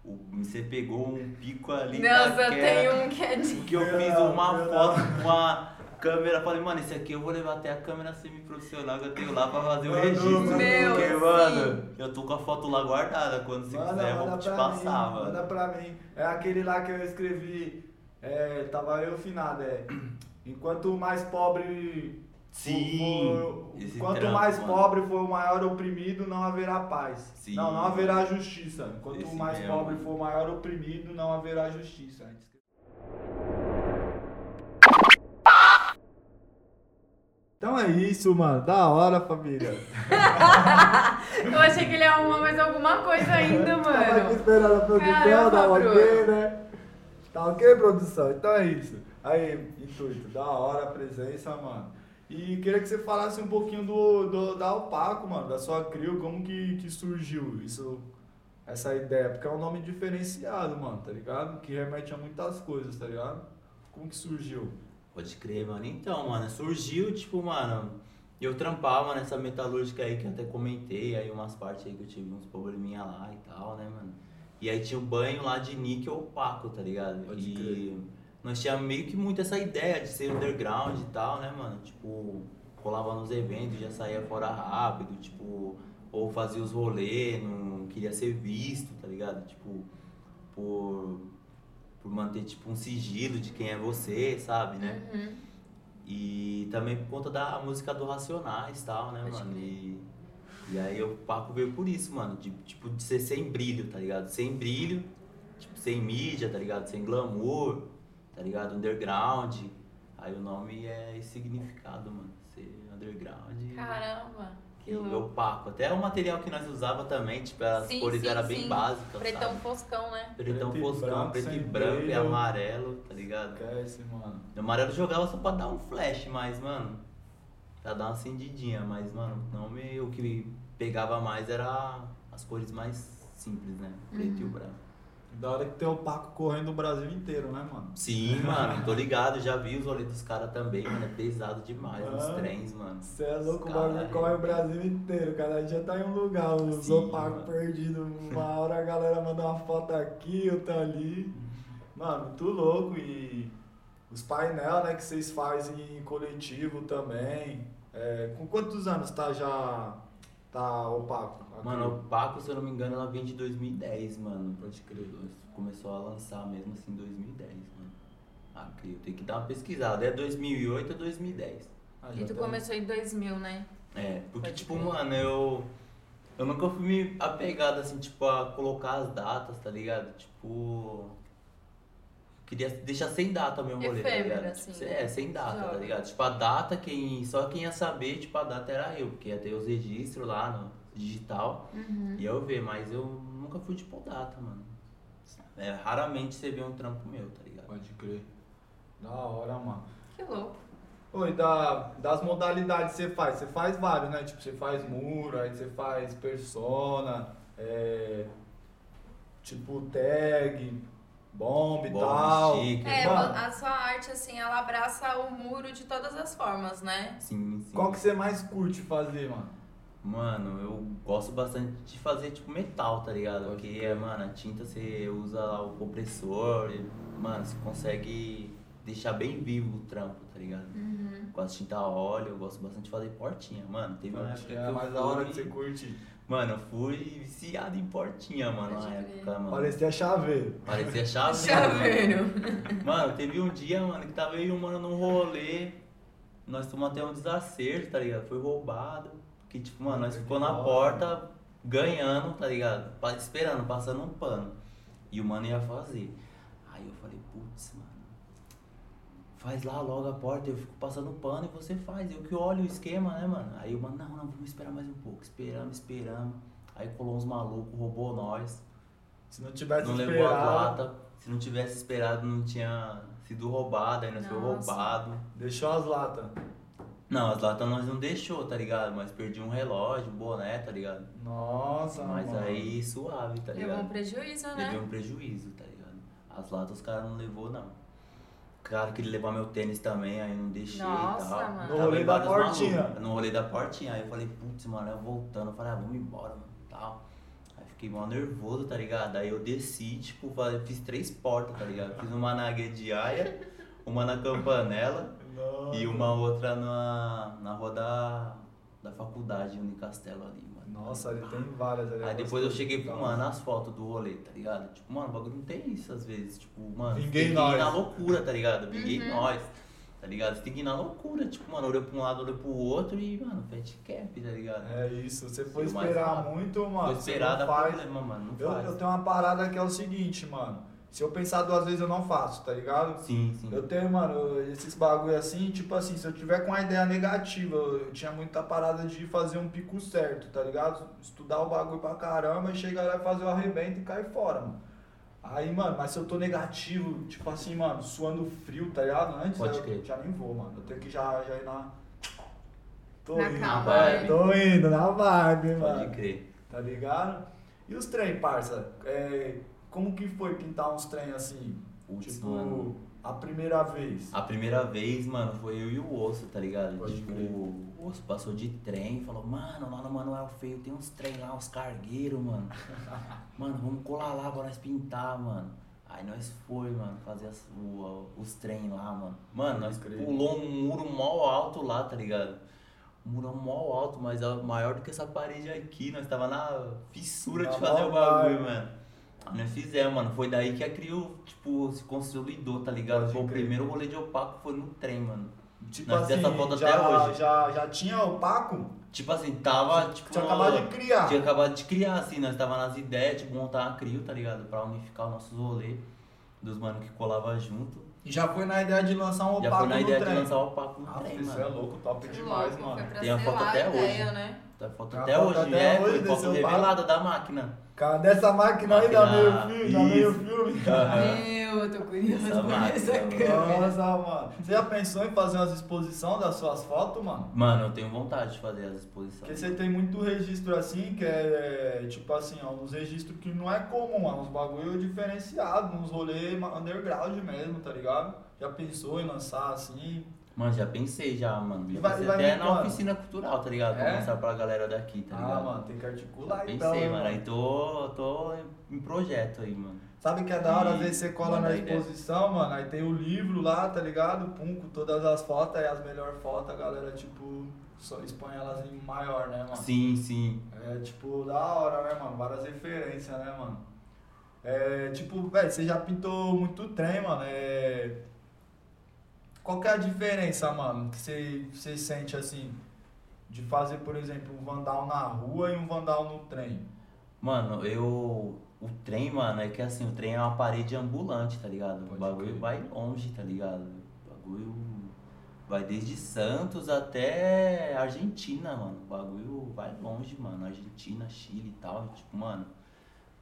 o- você pegou um pico ali. em Nossa, eu Itaquera, tenho um que é de... Que eu Não, fiz uma não. foto com uma câmera. Falei, mano, esse aqui eu vou levar até a câmera semiprofissional que eu tenho lá pra fazer o Mano, registro. Meu, Porque, sim. mano, eu tô com a foto lá guardada. Quando você Manda, quiser, eu vou manda te pra passar, mim, mano. Manda pra mim. É aquele lá que eu escrevi, é, tava eu finado, é. Enquanto mais pobre. Sim. for- esse quanto trampo, mais mano. pobre for o maior oprimido, não haverá paz. Sim. Não, não haverá justiça. Quanto Esse mais mesmo. pobre for o maior oprimido, não haverá justiça. Então é isso, mano. Da hora, família. Eu achei que ele ia arrumar mais alguma coisa ainda, Tava aqui mano. esperando a produção, Caramba, dar ok, Bruno. né? Tá ok, produção? Então é isso. Aí, intuito, da hora a presença, mano. E queria que você falasse um pouquinho do, do- da Opaco, mano, da sua crew, como que, que surgiu isso, essa ideia, porque é um nome diferenciado, mano, tá ligado? Que remete a muitas coisas, tá ligado? Como que surgiu? Pode crer, mano. Então, mano, surgiu, tipo, mano, eu trampava nessa metalúrgica aí que eu até comentei, aí umas partes aí que eu tive uns probleminha lá e tal, né, mano? E aí tinha o banho lá de níquel opaco, tá ligado? Pode e crer. nós tínhamos meio que muito essa ideia de ser underground e tal, né, mano? Tipo, colava nos eventos, já saía fora rápido, tipo, ou fazia os rolês, não queria ser visto, tá ligado? Tipo, por, por manter, tipo, um sigilo de quem é você, sabe, né? Uhum. E também por conta da música do Racionais e tal, né, Pode mano? crer. E, e aí o Paco veio por isso, mano. De, tipo, de ser sem brilho, tá ligado? Sem brilho, tipo, sem mídia, tá ligado? Sem glamour, tá ligado? Underground. Aí o nome é esse significado, mano. Ser underground. Caramba. E opaco. Até o material que nós usava também, tipo, as Sim, cores sim, eram bem sim. básicas, Pretão sabe? foscão, né? Pretão Preto e branco, foscão, preto e sem branco e brilho. amarelo, tá ligado? Esquece, é mano. O amarelo jogava só pra dar um flash, mas, mano, pra dar uma acendidinha, mas, mano, não me, o que me pegava mais era as cores mais simples, né? Preto e o branco. Da hora que tem opaco correndo o Brasil inteiro, né, mano? Sim, mano, tô ligado, já vi os olhos dos caras também, mano, é pesado demais nos Ah. trens, mano. Você é louco, o Caralho. bagulho corre o Brasil inteiro. Cada dia tá em um lugar, os Sim, opacos mano. perdidos. Uma hora a galera manda uma foto aqui, outra ali. Mano, muito louco. E os painel, né, que vocês fazem em coletivo também. É, com quantos anos tá já tá opaco? a Mano, crew? o Paco, se eu não me engano, ela vem de 2010, mano. Pode crer, nós começou a lançar mesmo assim em 2010, mano. Ah, crio, tem que dar uma pesquisada. É 2008 ou 2010. Ah, já E tu tá- começou em 2000, né? É, porque, Pode tipo, crer. mano, eu. Eu nunca fui me apegado, assim, tipo, a colocar as datas, tá ligado? Tipo. Queria deixar sem data o meu rolê, tá Efêmero, ligado? assim, Tipo, é, sem data, tá joga. ligado? Tipo, a data, quem. Só quem ia saber, tipo, a data era eu, porque ia ter os registros lá no digital. E eu ver, mas eu nunca fui de podata, mano. É, raramente você vê um trampo meu, tá ligado? Pode crer. Da hora, mano. Que louco. Oi, da, das modalidades que você faz, você faz vários, né? Tipo, você faz muro, aí você faz persona, é, tipo tag, bomb e Bom, tal. chique. É, Mano. a sua arte, assim, ela abraça o muro de todas as formas, né? Sim, sim. Qual que você mais curte fazer, mano? Mano, eu gosto bastante de fazer tipo metal, tá ligado? Pode Porque, mano, a tinta você usa lá o compressor, e, mano, você consegue deixar bem vivo o trampo, tá ligado? Uhum. Com as tinta a óleo, eu gosto bastante de fazer portinha, mano. Teve uma época que é eu mais da hora fui- que você curte. Mano, eu fui viciado em portinha, mano, Pode na crer. época, mano. Parecia é chaveiro. Parecia chave. Chaveiro. Mano, teve um dia, mano, que tava eu e um mano num rolê. Nós tomamos até um desacerto, tá ligado? Foi roubado. Que, tipo, mano, nós ficou na porta ganhando, tá ligado? Pa- Esperando, passando um pano. E o mano ia fazer. Aí eu falei, putz, mano. Faz lá logo a porta, eu fico passando pano e você faz. Eu que olho o esquema, né, mano? Aí o mano, não, não, vamos esperar mais um pouco. Esperamos, esperamos. Aí colou uns malucos, roubou nós. Se não tivesse Não levou a esperado, plata. Se não tivesse esperado, não tinha sido roubado, aí nós foi Nossa. roubado. deixou as latas. Não, as latas nós não deixou, tá ligado? Mas perdi um relógio, um boné, tá ligado? Nossa, Mas mano. aí suave, tá Levou um ligado? prejuízo, Levei né? um prejuízo, tá ligado? As latas os caras não levou, não. O cara queria levar meu tênis também, aí não deixei Nossa, e tal. mano. No Tava rolê em da vários malucos. portinha. No rolê da portinha. Aí eu falei, putz, mano, eu voltando. Eu falei, ah, vamos embora, mano, tal. Aí fiquei mal nervoso, tá ligado? Aí eu desci, tipo, falei, fiz três portas, tá ligado? Fiz uma na guediaia, uma na campanela Nossa. e uma outra na, na rua da, da faculdade, Unicastelo ali, mano. Nossa, ele tem várias. ali, é Aí depois eu cheguei pro Nossa. mano as fotos do rolê, tá ligado? Tipo, mano, o bagulho não tem isso às vezes. Tipo, mano, você Vinguei tem que ir nós. na loucura, tá ligado? Vinguei nós, tá ligado? Você tem que ir na loucura, tipo, mano, olhou pra um lado, olhou pro outro e, mano, fat cap, tá ligado? É isso, você foi Mas, esperar mano, muito, Tô mano. você não esperado, faz. problema, mano, não Eu, faz. eu tenho uma parada que é o seguinte, mano. Se eu pensar duas vezes, eu não faço, tá ligado? Sim, sim. Eu tenho, mano, esses bagulho assim, tipo assim, se eu tiver com uma ideia negativa, eu eu tinha muita parada de fazer um pico certo, tá ligado? Estudar o bagulho pra caramba e chegar lá e fazer o arrebento e cair fora, mano. Aí, mano, mas se eu tô negativo, tipo assim, mano, suando frio, tá ligado? Antes, Pode eu crer. já nem vou, mano. Eu tenho que já, já ir na. Tô Na indo, calma, vai, né? tô indo, na vibe, mano Pode crer. tá ligado? E os trem, parça? É, como que foi pintar uns trem assim? Putz, tipo, mano. Ah, a primeira vez. A primeira vez, mano, foi eu e o osso, tá ligado? Pode tipo, crer. o osso passou de trem e falou, mano, lá no Manuel Feio tem uns trem lá, uns cargueiros, mano. mano, vamos colar lá pra nós pintar, mano. Aí nós foi, mano, fazer as- o- os trem lá, mano. Mano, nós crer. pulou um muro mó alto lá, tá ligado? Um muro mó alto, mas é maior do que essa parede aqui. Nós tava na fissura Na de fazer o maldade. bagulho, mano. Aí Ah, nós fizemos, mano. Foi daí que a Crio, tipo, se consolidou, tá ligado? Pode Foi o crer. primeiro rolê de opaco foi no trem, mano. Tipo nós dessa foto já, até hoje. Já, já tinha opaco? Tipo assim, tava, tipo. Tinha na- acabado de criar. Tinha acabado de criar, assim, nós tava nas ideias, tipo, montar a Crio, tá ligado? Pra unificar os nossos rolês dos mano que colava junto. E Já foi na ideia de lançar um Já opaco foi na no ideia trem. de lançar o papo no Ah, trem, isso é mano. louco, top Que demais, louco, mano. Foi pra Tem a selar foto até a ideia, hoje. né? Tá foto Tá até foto hoje, até é, hoje foi desse foto opaco. revelada da máquina. Cara, dessa máquina aí dá meio Máquina, filme, dá meio isso. filme. Meu, eu tô curiosa Essa por máquina, essa mano. câmera. Nossa, mano. Você já pensou em fazer umas exposição das suas fotos, mano? Mano, eu tenho vontade de fazer as exposições. Porque você tem muito registro assim, que é tipo assim, ó, uns registros que não é comum, ó, uns bagulho diferenciado, uns rolê ma- underground mesmo, tá ligado? Já pensou em lançar assim? Mano, já pensei já, mano. E Já vai- pensei vai até vir na quando? oficina cultural, tá ligado? Pra É? mostrar pra galera daqui, tá ligado? ah, mano, tem que Já articular então. pensei, né, mano. mano? Aí tô, tô em projeto aí, mano. Sabe que é da hora, às E vezes você cola manda na aí, né? exposição, mano, aí tem o livro lá, tá ligado? Pum, com todas as fotos, aí as melhores fotos, a galera, tipo, só expõe elas em maior, né, mano? Sim, sim. É, tipo, da hora, né, mano? Várias referências, né, mano? É, tipo, velho, você já pintou muito trem, mano, é... Qual que é a diferença, mano, que você, você sente, assim, de fazer, por exemplo, um vandal na rua e um vandal no trem? Mano, eu. O trem, mano, é que assim, o trem é uma parede ambulante, tá ligado? Pode o bagulho crer. vai longe, tá ligado? O bagulho vai desde Santos até Argentina, mano. O bagulho vai longe, mano. Argentina, Chile e tal. Tipo, mano,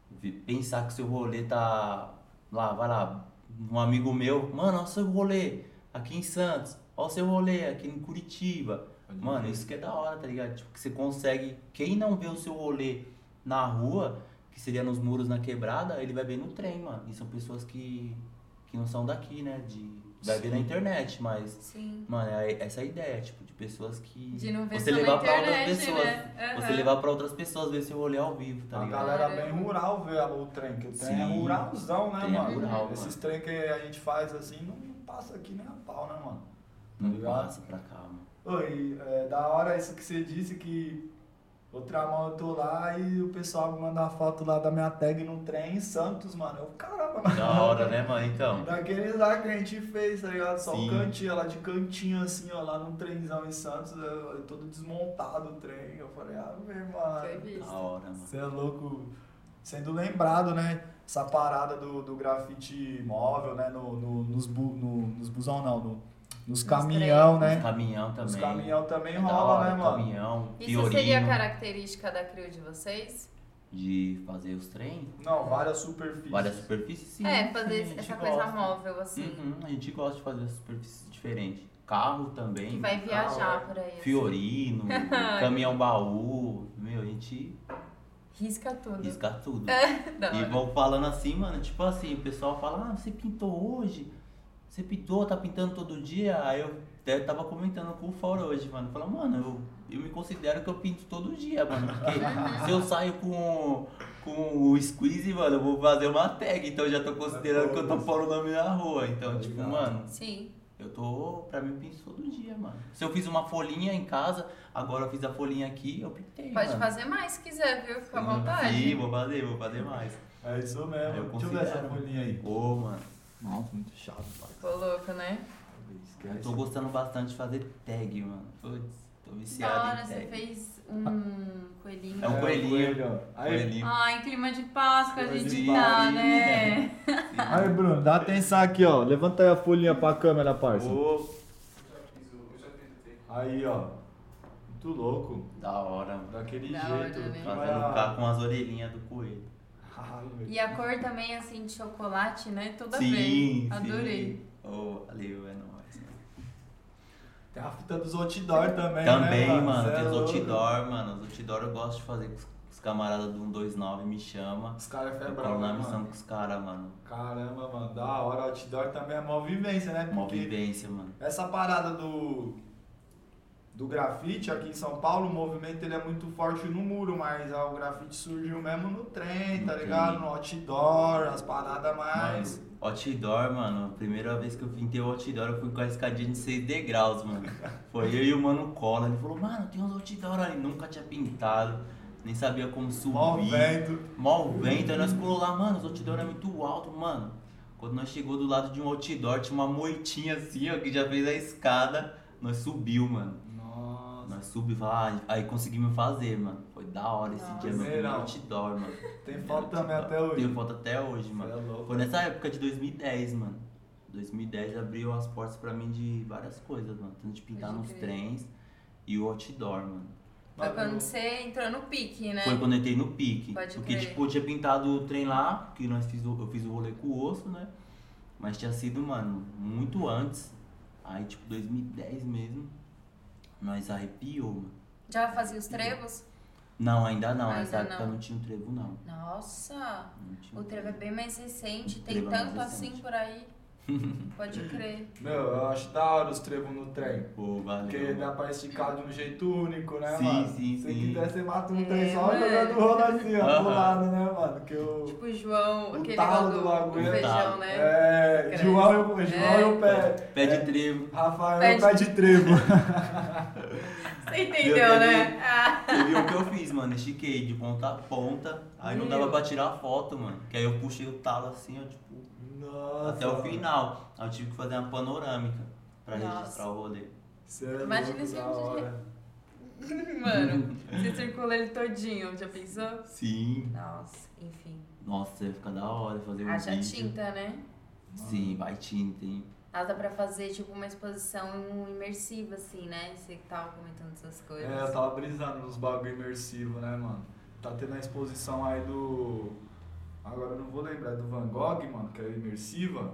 vi- pensar que seu rolê tá. Lá, vai lá. Um amigo meu, mano, olha o seu rolê aqui em Santos. Olha o seu rolê aqui em Curitiba. Mano, isso que é da hora, tá ligado? Tipo, que você consegue. Quem não vê o seu rolê na rua, que seria nos muros na quebrada, ele vai ver no trem, mano. E são pessoas que, que não são daqui, né? De, vai ver na Sim. internet, mas. Sim. Mano, é essa a ideia, tipo, de pessoas que. De não ver você só na levar pra internet, outras pessoas. né? Aham. Você levar pra outras pessoas ver seu rolê ao vivo, tá a ligado? galera bem rural vê o trem, que o trem é Sim. ruralzão, né, Trem é mano? rural, Esses mano. trem que a gente faz assim não passa aqui nem a pau, né, mano? Não ligado? passa pra cá, mano. Oi, é, da hora isso que você disse que outra mão eu tô lá e o pessoal me manda a foto lá da minha tag no trem em Santos, mano. Eu, caramba, mano. Da hora, né, mano? Então. Daqueles lá que a gente fez, tá ligado? Só um Sim. cantinho, lá de cantinho assim, ó, lá num trenzão em Santos, eu- eu todo desmontado o trem. Eu falei, ah, meu mano. Foi visto. Da hora, mano. Você é louco. Sendo lembrado, né? Essa parada do, do grafite móvel, né? No, no- nos, bu, no- nos busão, não. no- nos caminhão, Os né? caminhão também. Os caminhão também É da rola, hora, né, mano? Caminhão, Isso piorino. seria característica da crew de vocês? de fazer os trem, Não, várias superfícies. várias superfícies, sim. é, fazer sim, a gente essa coisa gosta. móvel, assim. Uhum, a gente gosta de fazer as superfícies diferentes. Carro também, Que vai viajar por aí. assim. Fiorino, caminhão baú. Meu, a gente assim. Risca tudo. risca É, tudo. Da E hora. vão falando assim, mano, tipo assim, o pessoal fala, ah, você pintou hoje? Você pintou, tá pintando todo dia? Aí eu até tava comentando com o Fora hoje, mano. Falando, mano, eu, eu me considero que eu pinto todo dia, mano. Porque se eu saio com, com o squeeze, mano, eu vou fazer uma tag. Então eu já tô considerando que eu tô pondo o nome na rua. Então, tipo, Legal. mano, Sim. eu tô, pra mim, eu pinto todo dia, mano. Se eu fiz uma folhinha em casa, agora eu fiz a folhinha aqui, eu pintei, Pode mano. fazer mais se quiser, viu? Fica à Uhum. Sim, vontade. vou fazer, vou fazer mais. É isso Eu né? mesmo. Deixa eu ver considero. essa folhinha aí. Ô, mano. Nossa, muito chato, Tô louco, né? Eu tô gostando bastante de fazer tag, mano. Putz, tô Da viciado hora, em você tag. fez um coelhinho. É um coelhinho. Aí, Coelhinho. Ai, em clima de Páscoa a Coelhinho gente de tá, Páscoa. né? aí, Bruno, dá atenção aqui, ó. Levanta aí a folhinha pra câmera, parça. Ô, Aí, ó. Muito louco. da hora, mano. Daquele Da hora, jeito. né? que vai Fazendo a- ficar com as orelhinhas do coelho. Ah, meu E a cor também, assim, de chocolate, né? Toda Sim, bem. Adorei. sim. Ô, valeu, é nóis. mano. Tem a fita dos outdoor também, Também, né, mano, Cê tem é os louco. outdoor, mano. Os outdoor eu gosto de fazer com os- com os camaradas do 129, me chama. Os caras é Eu febrão, colo na né, missão mano. com os caras, mano. Caramba, mano, da hora. Outdoor também é mó vivência, né? Mó Porque vivência, mano. Essa parada do do grafite aqui em São Paulo, o movimento ele é muito forte no muro, mas ah, o grafite surgiu mesmo no trem, No tá trem. ligado? No outdoor, as paradas mais. Mano, outdoor, mano, a primeira vez que eu pintei o outdoor, eu fui com a escadinha de 6 degraus, mano. Foi eu e o mano Cola. Ele falou, mano, tem uns outdoor ali, nunca tinha pintado, nem sabia como subir. Mó vento. Mó vento, aí nós colou lá, mano, os outdoor é muito alto, mano. Quando nós chegou do lado de um outdoor, tinha uma moitinha assim, ó, que já fez a escada, nós subiu, mano. Nossa. Nós subimos, ah, aí conseguimos fazer, mano. Foi da hora esse dia, meu primeiro Serão. outdoor, mano. Tem Primeiro foto também outdoor. até hoje. Tem foto até hoje, mano. Cê é louco. Foi nessa época de 2010, mano. 2010 abriu as portas pra mim de várias coisas, mano. Tanto de pintar Pode nos crer. trens e o outdoor, mano. Foi quando você entrou no pique, né? Foi quando eu entrei no pique. Pode porque, crer. tipo, eu tinha pintado o trem lá, que nós fiz, o- eu fiz o rolê com o osso, né? Mas tinha sido, mano, muito antes. Aí, tipo, 2010 mesmo, nós arrepiou, mano. Já fazia os trevos? Não, ainda não. Ainda Nessa época não. não. tinha o trevo, não. Nossa! não tinha O trevo é bem mais recente, O tem trevo é mais tanto recente. assim por aí. Pode crer. Meu, eu acho da hora os trevos no trem. Pô, valeu. Porque dá pra esticar de um jeito único, né, Sim, mano? sim, Se sim. quiser, você mata um É, trem só mano. jogando rola assim, ó, Aham. do lado, né, mano? Que eu... Tipo, o João, O aquele talo negócio do do, bagulho. do O feijão, talo. né? É, Cresce. João e o João e o pé. Pé de trevo. Rafael Pé pé de- de, trevo. Você entendeu, né? Ah, Você viu o que eu fiz, mano? Estiquei de ponta a ponta. Aí não Meu. dava pra tirar a foto, mano. Que aí eu puxei o talo assim, ó, tipo, Nossa. até o final. Aí eu tive que fazer uma panorâmica pra Nossa. registrar o rolê. Cê é Imagina louco, se da um tipo dia- hora. Mano, você circula ele todinho, já pensou? Sim. Nossa, enfim. Nossa, ia ficar da hora fazer um Haja vídeo. tinta, né? Sim, vai tinta, hein? Nossa, dá pra fazer tipo uma exposição imersiva, assim, né? Você que tava comentando essas coisas. É, eu tava brisando nos bagulho imersivo, né, mano? Tá tendo a exposição aí do. Agora eu não vou lembrar, é do Van Gogh, mano, que é imersiva.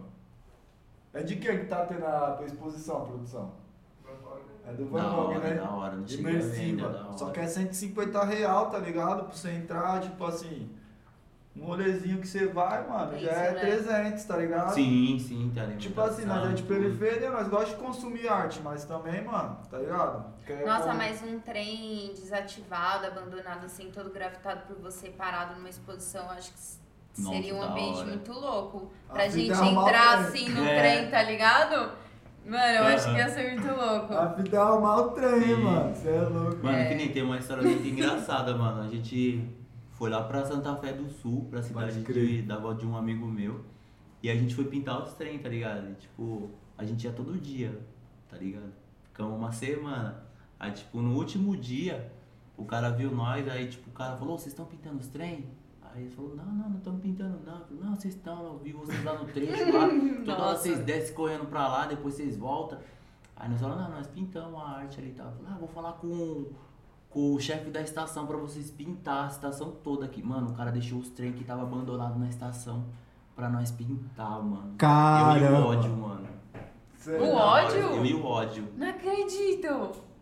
É de quem que tá tendo a tua exposição, produção? É do Van da Gogh, hora, né? da hora. Não cheguei a ver ainda, da Imersiva. hora. Só que é 150 real, tá ligado? Pra você entrar, tipo assim. Um rolezinho que você vai, mano, É já isso, é né? 300, tá ligado? Sim, sim, tá ligado? Tipo assim, nós é de periferia, nós gostamos de consumir arte, mas também, mano, tá ligado? Quer Nossa, com- mas um trem desativado, abandonado, assim, todo gravitado por você, parado numa exposição, acho que s- Nossa, seria um da ambiente hora. muito louco. A Pra fita gente é arrumar o entrar trem. assim no É. trem, tá ligado? Mano, eu acho que ia Aham. ser muito louco. A fita é arrumar o trem, Sim. mano. Você é louco. Mano, que nem tem uma história muito engraçada, mano. A gente foi lá pra Santa Fé do Sul, pra cidade de, crer. da avó de um amigo meu. E a gente foi pintar os trem, tá ligado? E, tipo, a gente ia todo dia, tá ligado? Ficamos uma semana. Aí, tipo, no último dia, o cara viu nós, aí, tipo, o cara falou, "Ô, vocês estão pintando os trem? Aí ele falou, não, não, não estamos pintando, não. Eu falei, não, vocês estão, eu vi vocês lá no trecho lá. Toda hora Nossa. vocês descem correndo pra lá, depois vocês voltam. Aí nós falamos, não, nós pintamos a arte ali e tal. Eu falei, ah, vou falar com, com o chefe da estação pra vocês pintar a estação toda aqui. Mano, o cara deixou os trem que tava abandonado na estação pra nós pintar, mano. Eu e o ódio, mano. Cê- é- O Na hora, ódio? Eu e o ódio. Não acredito!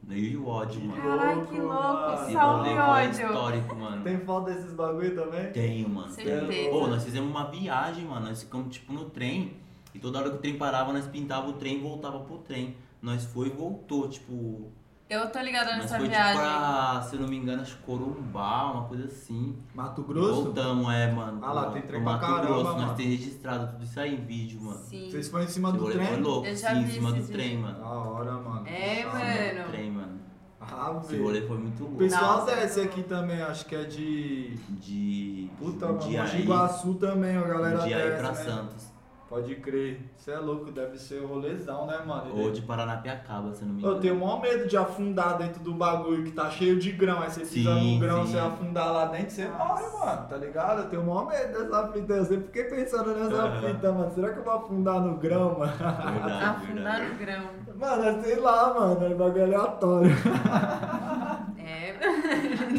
Eu e o ódio, mano. Caralho, que Louco, louco! mano. Esse Salve rolê foi ódio! histórico, mano. Tem foto desses bagulho também? Tenho, mano. Certeza. Tenho. Pô, nós fizemos uma viagem, mano. Nós ficamos, tipo, no trem. E toda hora que o trem parava, nós pintava o trem e voltava pro trem. Nós foi e voltou, tipo... Eu tô ligada Nós nessa foi, tipo, viagem. pra, se eu não me engano, acho que Corumbá, uma coisa assim. Mato Voltamos, é, mano. Ah lá, pro- tem trem pro pra Mato caramba, Grosso. mano. Nós tem registrado tudo isso aí em vídeo, mano. Sim. Vocês foram em cima Esse do rolê Foi trem? louco, Eu já sim, em vi cima esse do trem, vídeo. Da mano. hora, mano. É, Da Em hora. mano. cima do trem, mano. Ah, Esse velho. rolê é foi muito O louco. pessoal Nossa, desce que aqui também, acho que é de. De. Puta, de mano. Monte Um aí- Iguaçu também, a galera de aí desce. pra né? Santos. Pode crer. Você é louco, deve ser o rolezão, né, mano? Ou de Paranapiacaba, se eu não me engano. Eu tenho o maior medo de afundar dentro do bagulho que tá cheio de grão. Aí você pisa Sim, no grão, sim. você afundar lá dentro, você morre, mano, tá ligado? Eu tenho o maior medo dessa fita. Eu sempre fiquei pensando nessa Aham. fita, mano. Será que eu vou afundar no grão, mano? é Verdade, Afundar verdade. no grão. Mano, sei lá, mano. É um bagulho aleatório. É,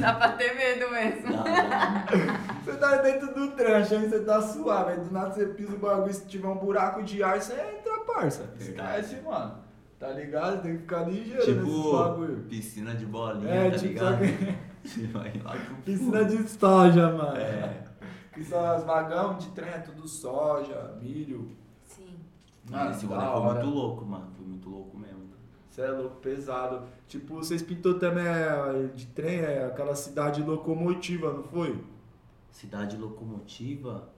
dá pra ter medo mesmo. Da hora. Você tá dentro do tranche, aí você tá suave. Aí do nada você pisa o bagulho, se tiver um buraco de ar, você entra, parça. Esquece, mano. Tá ligado? Tem que ficar ligeiro nesses tipo, bagulho. piscina de bolinha, É, tá tipo, ligado? só Você vai lá pro fundo. Piscina de soja, mano. É. Que são as vagão de trem, é tudo soja, milho. Sim. Mano, esse da rolê foi hora. muito louco, mano. Foi muito louco mesmo. Cê é louco, pesado. Tipo, vocês pintou também é, de trem, é aquela cidade locomotiva, não foi? Cidade Locomotiva?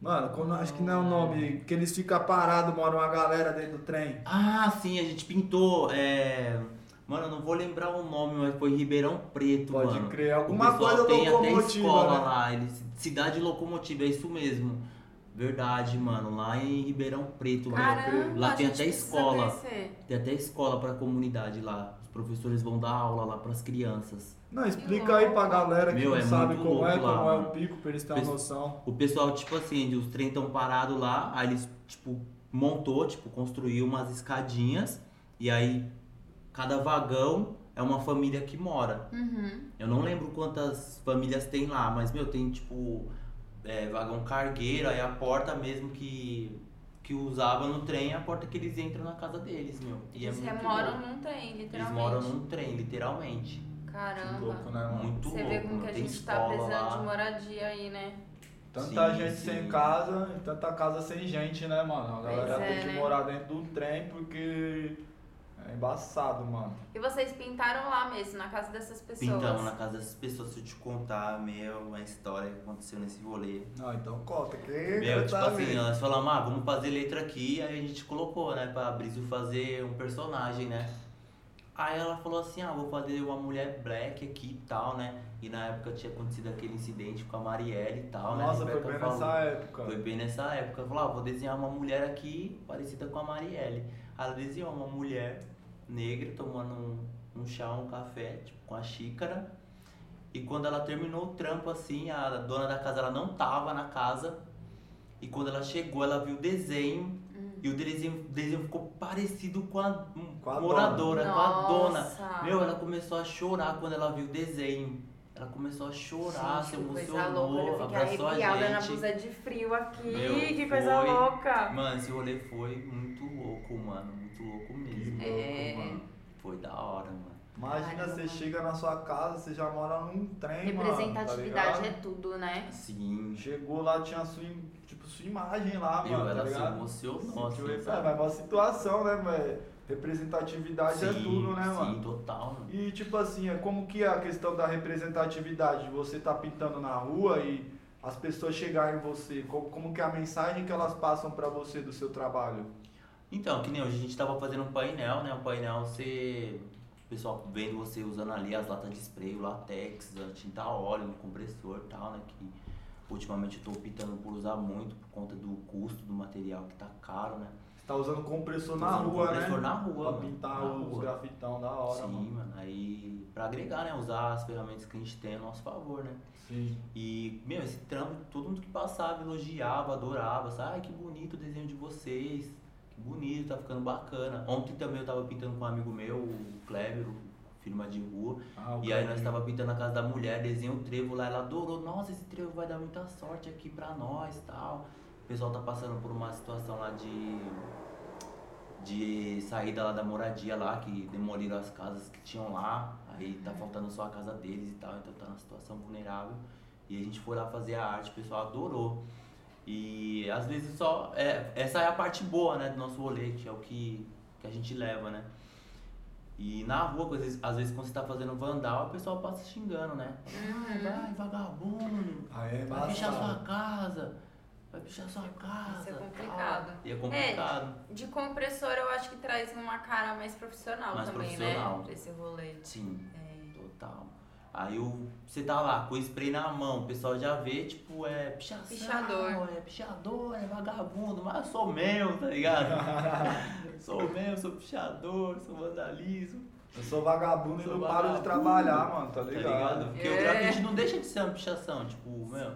Mano, quando, acho que não é o nome, que eles ficam parados, mora uma galera dentro do trem. Ah, sim, a gente pintou. É... Mano, eu não vou lembrar o nome, mas foi Ribeirão Preto, Pode mano. crer, O alguma pessoal coisa tem locomotiva. até escola né? lá. Eles... Cidade Locomotiva, é isso mesmo. Verdade, mano. Lá em Ribeirão Preto, mano. Caramba, Lá a tem gente até precisa escola. conhecer. Tem até escola pra comunidade lá. Os professores vão dar aula lá pras crianças. Não, explica aí pra galera que Meu, não é sabe muito como é, louco lá, como é o mano. pico, pra eles terem uma Pes- noção. O pessoal, tipo assim, os trem tão parados lá, aí eles, tipo, montou, tipo, construiu umas escadinhas e aí cada vagão é uma família que mora. Uhum. Eu não lembro quantas famílias tem lá, mas meu, tem tipo é, vagão cargueiro, aí a porta mesmo que, que usava no trem é a porta que eles entram na casa deles, meu. E Eles é muito moram louco. num trem, Eles literalmente. moram num trem, literalmente. Que Caramba. louco, né, mano? É Muito Você louco. vê como meu. que a Tem gente tá escola precisando lá. de moradia aí, né? Tanta Sim, gente sim. sem casa e tanta casa sem gente, né, mano? A Pois galera é, tem que né? morar dentro do trem porque é embaçado, mano. E vocês pintaram lá mesmo, na casa dessas pessoas. Pintamos na casa dessas pessoas, se eu te contar, meu, uma história que aconteceu nesse rolê. Não, então conta que Meu, eu tipo tava assim, vendo. nós falamos, ah, vamos fazer letra aqui, aí a gente colocou, né, pra Briso fazer um personagem, né? Aí ela falou assim, ah, vou fazer uma mulher black aqui e tal, né? E na época tinha acontecido aquele incidente com a Marielle e tal, né? A Nossa, foi Rebeca bem falou. nessa época. Foi bem nessa época. Eu falei, ah, vou desenhar uma mulher aqui parecida com a Marielle. Aí Ela desenhou uma mulher negra tomando um, um chá, um café, tipo, com a xícara. E quando ela terminou o trampo, assim, a dona da casa, ela não tava na casa. E quando ela chegou, ela viu o desenho. Hum. E o desenho, desenho ficou parecido com a, Com a moradora, com a dona. Nossa. Meu, ela começou a chorar quando ela viu o desenho. Ela começou a chorar, Gente, se que coisa emocionou, louca, eu fiquei abraçou a arrepiada né, na gente. blusa de frio aqui. Meu, que coisa foi. louca. Mano, esse rolê foi muito louco, mano. Muito louco Que mesmo. louco, É. mano. Foi da hora, mano. Imagina, Caramba. você chega na sua casa, você já mora num trem, mano. Representatividade tá ligado? é tudo, né? Sim. Chegou lá, tinha sua, im- tipo, sua imagem lá, Meu, mano, tá ela se ligado? assim, emocionou. Sentiu- assim, é, sabe? mas é uma situação, né, velho? Representatividade é Sim, tudo, né, sim, mano? total, mano. E tipo assim, é como que é a questão da representatividade? Você tá pintando na rua e as pessoas chegarem em você, co- como, que é a mensagem que elas passam pra você do seu trabalho? Então, que nem hoje a gente tava fazendo um painel, né? Um painel você. O pessoal vendo você usando ali as latas de spray, o latex, a tinta a óleo, o compressor e tal, né? Que ultimamente eu tô optando por usar muito por conta do custo do material que tá caro, né? Você tá usando compressor Tô na usando rua, compressor né? na rua, pra mano, pintar na os rua. grafitão da hora, Sim, mano. mano. Aí, pra agregar, né? Usar as ferramentas que a gente tem a nosso favor, né? Sim. E, meu, esse trampo, todo mundo que passava elogiava, adorava, sabe? Ai, que bonito o desenho de vocês, que bonito, tá ficando bacana. Ontem também eu tava pintando com um amigo meu, o Kleber, o firma de rua, Ah, o e aí cara- nós tava pintando na casa da mulher, desenhou o trevo lá, ela adorou, nossa, esse trevo vai dar muita sorte aqui pra nós tal. O pessoal tá passando por uma situação lá de. de saída lá da moradia lá, que demoliram as casas que tinham lá, aí tá faltando só a casa deles e tal, então tá numa situação vulnerável. E a gente foi lá fazer a arte, o pessoal adorou. E às vezes só. é, essa é a parte boa, né, do nosso rolê, que é o que, que a gente leva, né? E na rua, às vezes, às vezes quando você tá fazendo vandal, o pessoal passa xingando, né? Uhum. Ai, vai, vagabundo! Ah, é Vai pichar embaçado. sua casa! Vai pichar sua casa! Isso é tal. complicado. E é complicado. De compressor eu acho que traz uma cara mais profissional Mais também, profissional. né? Pra esse rolê. Sim. É. Total. Aí o, você tá lá com o spray na mão, o pessoal já vê, tipo, é pichação, Pichador. é pichador, é vagabundo, mas eu sou meu, tá ligado? sou meu, sou pichador, sou vandalismo, Eu sou vagabundo e Sou não paro de vagabundo. trabalhar, mano, tá tá ligado? ligado? Porque o É. grafite não deixa de ser uma pichação, tipo, meu,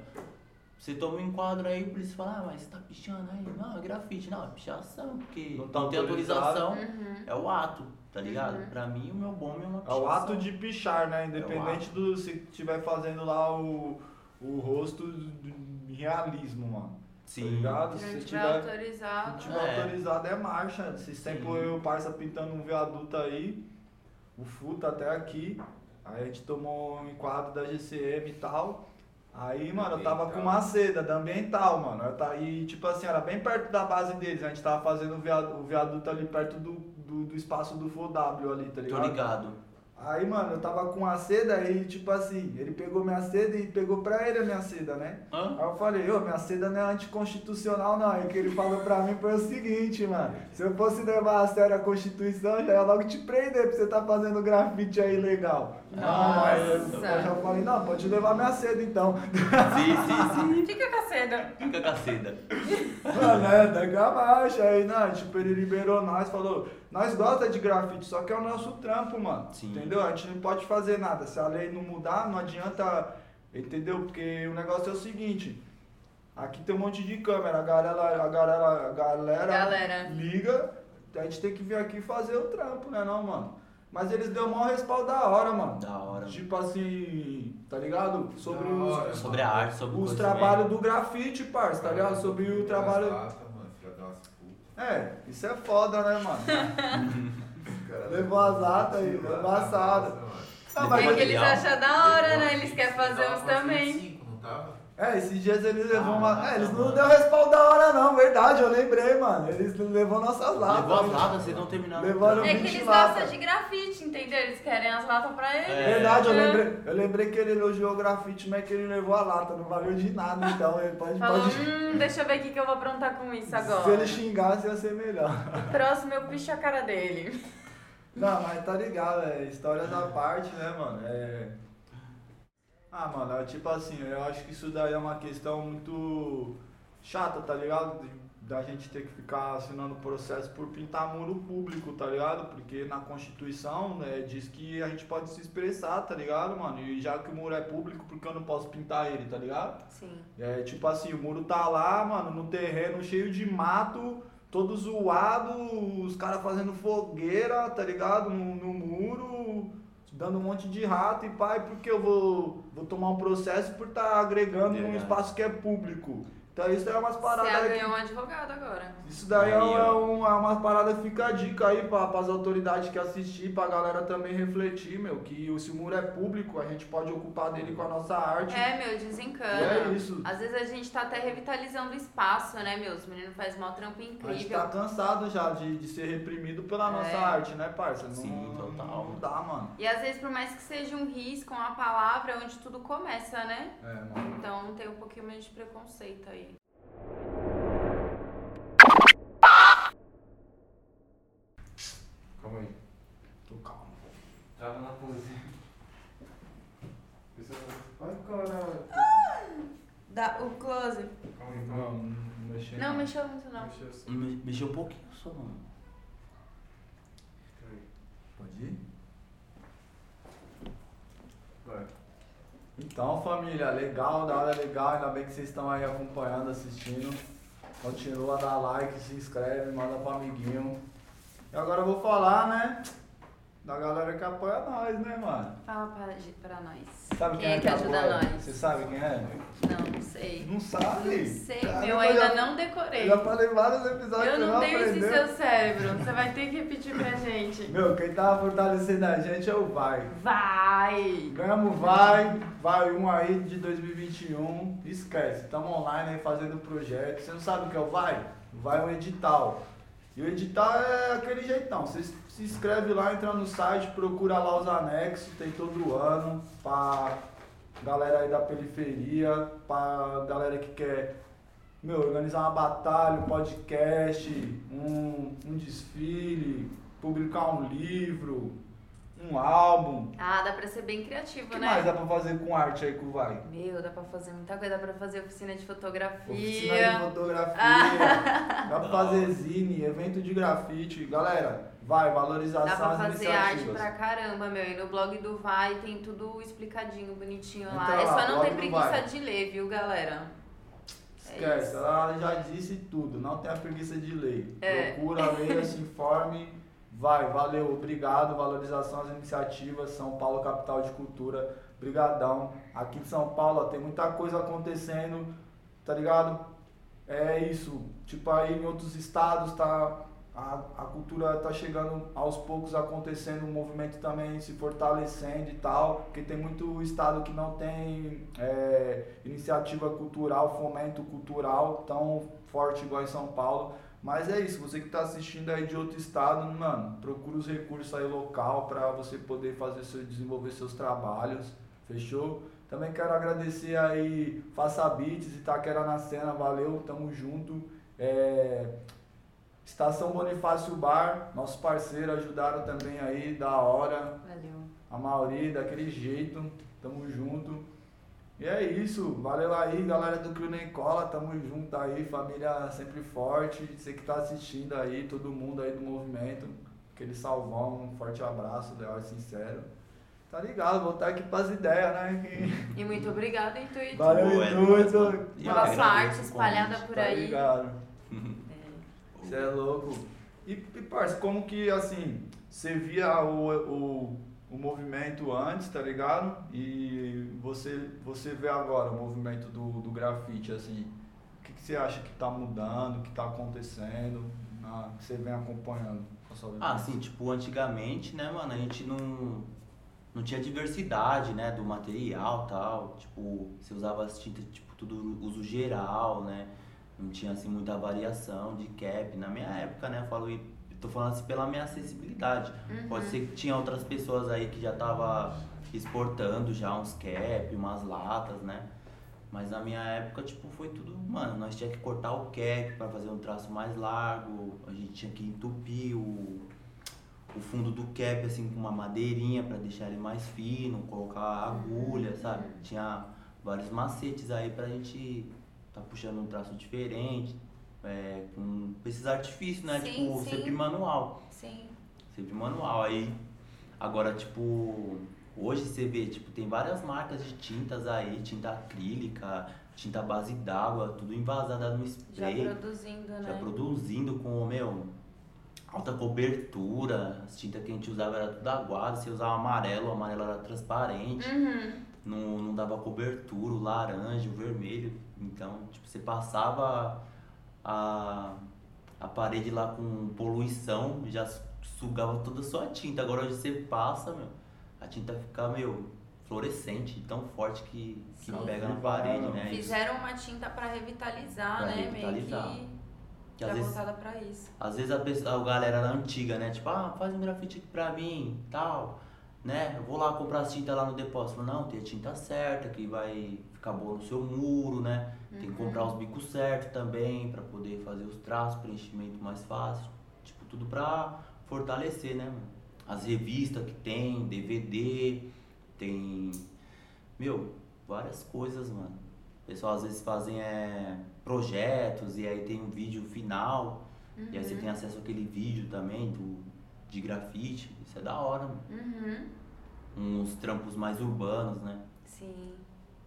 você toma um enquadro aí, o polícia fala, ah, mas você tá pichando aí, não, é grafite, não, é pichação, porque Não não, tá tem autorizado. autorização, Uhum. é o ato, tá ligado? Pra mim, o meu bombe é uma É pichação. o ato de pichar, né? Independente É ato. do se tiver fazendo lá o, o rosto do realismo, mano. Tá Sim, ligado? Se Se não tiver tiver, se autorizado. tiver É. autorizado é marcha. Se sempre Sim. eu e o parça pintando um viaduto aí, o futa até aqui. Aí a gente tomou um enquadro da GCM e tal. Aí, mano, eu tava com Ambiental. uma seda da ambiental, mano. Eu ta- e tipo assim, era bem perto da base deles. A gente tava fazendo o viaduto, o viaduto ali perto do, do, do espaço do FOW ali, tá tô ligado. Aí, mano, eu tava com a seda e, tipo assim, ele pegou minha seda e pegou pra ele a minha seda, né? Hã? Aí eu falei, ô, minha seda não é anticonstitucional, não. Aí o que ele falou pra mim foi o seguinte, mano. Se eu fosse levar a sério a Constituição, eu já ia logo te prender pra você tá fazendo grafite aí legal. Não, aí eu, Nossa. eu já falei, não, pode levar minha seda então. Sim, sim, sim. Fica com a seda. Fica com a seda. Mano, é, da marcha. Aí, não, tipo, ele liberou nós, falou, nós gosta de grafite, só que é o nosso trampo, mano. Sim. Entendeu? A gente não pode fazer nada. Se a lei não mudar, não adianta, entendeu? Porque o negócio é o seguinte, Aqui tem um monte de câmera, a galera, a galera, a galera, Galera. liga, a gente tem que vir aqui fazer o trampo, né não, mano? Mas eles deu o maior respaldo da hora, mano. Da hora. Tipo assim, tá ligado? Sobre Da os, hora. Sobre a arte, sobre os coisa trabalhos do grafite, parça, tá ligado? Sobre o trabalho. Nossa, mano, filha da nossa puta. É, isso é foda, né, mano? Os caras- Levou as atas aí, Nossa, levou as atas. mano. Ah, É mas que eles Material. acham da hora, Levou né? as Eles 25, querem fazer tava uns com as também. 25, não tava? É, esses dias eles levou Ah, uma. É, eles não mano. deu respaldo da hora, não, verdade, eu lembrei, mano. Eles levou nossas latas. Levou as né? latas, vocês não terminaram. Levaram- É que 20 eles latas. gostam de grafite, entendeu? Eles querem as latas pra eles. É. Verdade, eu É. lembrei, eu lembrei que ele elogiou o grafite, mas que ele levou a lata, não valeu de nada, então ele pode. Falou, pode... hum, deixa eu ver o que que eu vou aprontar com isso agora. Se ele xingasse, ia ser melhor. Próximo eu picho a cara dele. Não, mas tá ligado, é história da parte, né, mano? É. Ah, mano, é tipo assim, eu acho que isso daí é uma questão muito chata, tá ligado? De- Da gente ter que ficar assinando processo por pintar muro público, tá ligado? Porque na Constituição né, diz que a gente pode se expressar, tá ligado, mano? E já que o muro é público, por que eu não posso pintar ele, tá ligado? Sim. É tipo assim, o muro tá lá, mano, no terreno cheio de mato, todo zoado, os caras fazendo fogueira, tá ligado? No, no muro, dando um monte de rato e pai, porque eu vou, vou tomar um processo por estar tá agregando num Verdade. espaço que é público. Então isso é umas Você paradas ganhou que. um advogado agora. Isso daí é, Aí, ó. um- é uma parada que fica a dica aí pra, pras autoridades que assistir, pra galera também refletir, meu, que se o muro é público, a gente pode ocupar dele com a nossa arte. É, meu, desencana. É isso. Às vezes a gente tá até revitalizando o espaço, né, meu? Os meninos fazem mal trampo A gente incrível. tá cansado já de, de ser reprimido pela É. nossa arte, né, parça? Não, Sim, total. Não dá, mano. E às vezes, por mais que seja um risco, uma palavra, é onde tudo começa, né? É, mano. Então tem um pouquinho menos de preconceito aí. Calma aí. Tô calmo. Tava na pose. Ai, caralho. Dá o close. Calma aí, calma Não, aí. não mexeu. Não, mexeu muito não. Deixa eu só. Me- Mexeu um pouquinho só, mano. Peraí. Pode ir? Vai. Então, família, legal, da hora legal. Ainda bem que vocês estão aí acompanhando, assistindo. Continua, dá like, se inscreve, manda pro amiguinho. E agora eu vou falar, né? Da galera que apoia nós, né, mano? Fala pra, gi- pra nós. Sabe quem é que ajuda apoia? nós? Você sabe quem é? Não, não sei. Não sabe? Não sei, Caramba, meu, ainda já- não decorei. Eu já falei vários episódios Eu que não tenho esse aprendeu. seu cérebro. Você vai ter que repetir pra gente. Meu, quem tá fortalecendo a gente é o Vai. Vai! Ganhamos Vai, Vai 1 aí de 2021. Esquece, estamos online aí fazendo projeto. Você não sabe o que é o Vai? Vai é um edital. E o edital é aquele jeitão. Você se inscreve lá, entra no site, procura lá os anexos, tem todo ano, pra galera aí da periferia, pra galera que quer meu, organizar uma batalha, um podcast, um, um desfile, publicar um livro, um álbum. Ah, dá pra ser bem O criativo, que né? mais dá pra fazer com arte aí com Vai? Meu, dá pra fazer muita coisa. Dá pra fazer oficina de fotografia. Oficina de fotografia, dá pra fazer zine, evento de grafite. Galera, vai, valorizar Dá pra essas fazer arte iniciativas. pra caramba, meu. E no blog do Vai tem tudo explicadinho, bonitinho lá. Entra é lá, só não Então, blog ter do preguiça Vai. de ler, viu, galera? É Esquece, isso. ela já disse tudo, não tenha preguiça de ler. É. Procura, leia, se informe. Vai, valeu, obrigado, valorização às iniciativas, São Paulo, capital de cultura, brigadão. Aqui em São Paulo ó, tem muita coisa acontecendo, tá ligado? É isso, tipo aí em outros estados tá, a, a cultura tá chegando aos poucos acontecendo, o movimento também se fortalecendo e tal, porque tem muito estado que não tem é, iniciativa cultural, fomento cultural tão forte igual em São Paulo. Mas é isso, você que está assistindo aí de outro estado, mano, procura os recursos aí local para você poder fazer seu, desenvolver seus trabalhos, fechou? Também quero agradecer aí Faça Beats, Itaquera na Cena, valeu, tamo junto. É, Estação Bonifácio Bar, nossos parceiros ajudaram também aí, da hora. Valeu. A Mauri, daquele jeito, tamo junto. E é isso, valeu aí, galera do Crio Nem Cola, tamo junto aí, família sempre forte. Você que tá assistindo aí, todo mundo aí do movimento, aquele salvão, um forte abraço, leal e é sincero. Tá ligado, voltar aqui pras ideias, né? E muito obrigada, Intuito. Valeu, então, Boa, é Intuito. nóis, mano. E eu Pela que sua agradeço arte o espalhada por tá aí. ligado. É. Você é louco. E, e parça, como que assim, você via o, o, o movimento antes, tá ligado? E você, você vê agora o movimento do, do grafite, assim. O que, que você acha que tá mudando, que tá acontecendo, na- que você vem acompanhando com a sua Ah, vivência? sim, tipo, antigamente, né, mano, a gente não, não tinha diversidade, né, do material tal. Tipo, você usava as tintas, tipo, tudo uso geral, né? Não tinha, assim, muita variação de cap. Na minha época, né, eu falo, e tô falando assim pela minha acessibilidade. Uhum. Pode ser que tinha outras pessoas aí que já tava exportando já uns cap, umas latas, né? Mas na minha época, tipo, foi tudo, mano, nós tinha que cortar o cap pra fazer um traço mais largo, a gente tinha que entupir o, o fundo do cap, assim, com uma madeirinha pra deixar ele mais fino, colocar agulha, sabe? Uhum. Tinha vários macetes aí pra gente tá puxando um traço diferente, é, com esses artifícios, né? Sim, tipo, sim. sempre manual. Sim. Sempre Assim, manual. Aí, agora, tipo, hoje você vê, tipo, tem várias marcas de tintas aí, tinta acrílica, tinta à base d'água, tudo envasada no Já spray, já, produzindo, né? produzindo com, meu, alta cobertura. As tintas que a gente usava era tudo aguada, você usava amarelo, o amarelo era transparente, Uhum. não, não dava cobertura, o laranja, o vermelho. Então, tipo, você passava a, a parede lá com poluição, já su- sugava toda a sua tinta. Agora hoje você passa, meu, a tinta fica, meu, fluorescente, tão forte que, que Sim. pega na parede, né? Isso. Fizeram uma tinta pra revitalizar, Pra né? revitalizar. Meio que Que já às vezes, voltada pra isso. às vezes a, pessoa, a galera era antiga, né? Tipo, ah, faz um grafite aqui pra mim, tal. Né? Eu vou lá comprar as tintas lá no depósito. Não, tem a tinta certa que vai ficar boa no seu muro, né? Tem que comprar os bicos certos também pra poder fazer os traços, preenchimento mais fácil. Tipo, tudo pra fortalecer, né, mano? As revistas que tem, DVD, tem. Meu, várias coisas, mano. O pessoal às vezes fazem é, projetos e aí tem um vídeo final. Uhum. E aí você tem acesso àquele vídeo também do, de grafite. Isso é da hora, mano. Uhum. Uns trampos mais urbanos, né? Sim.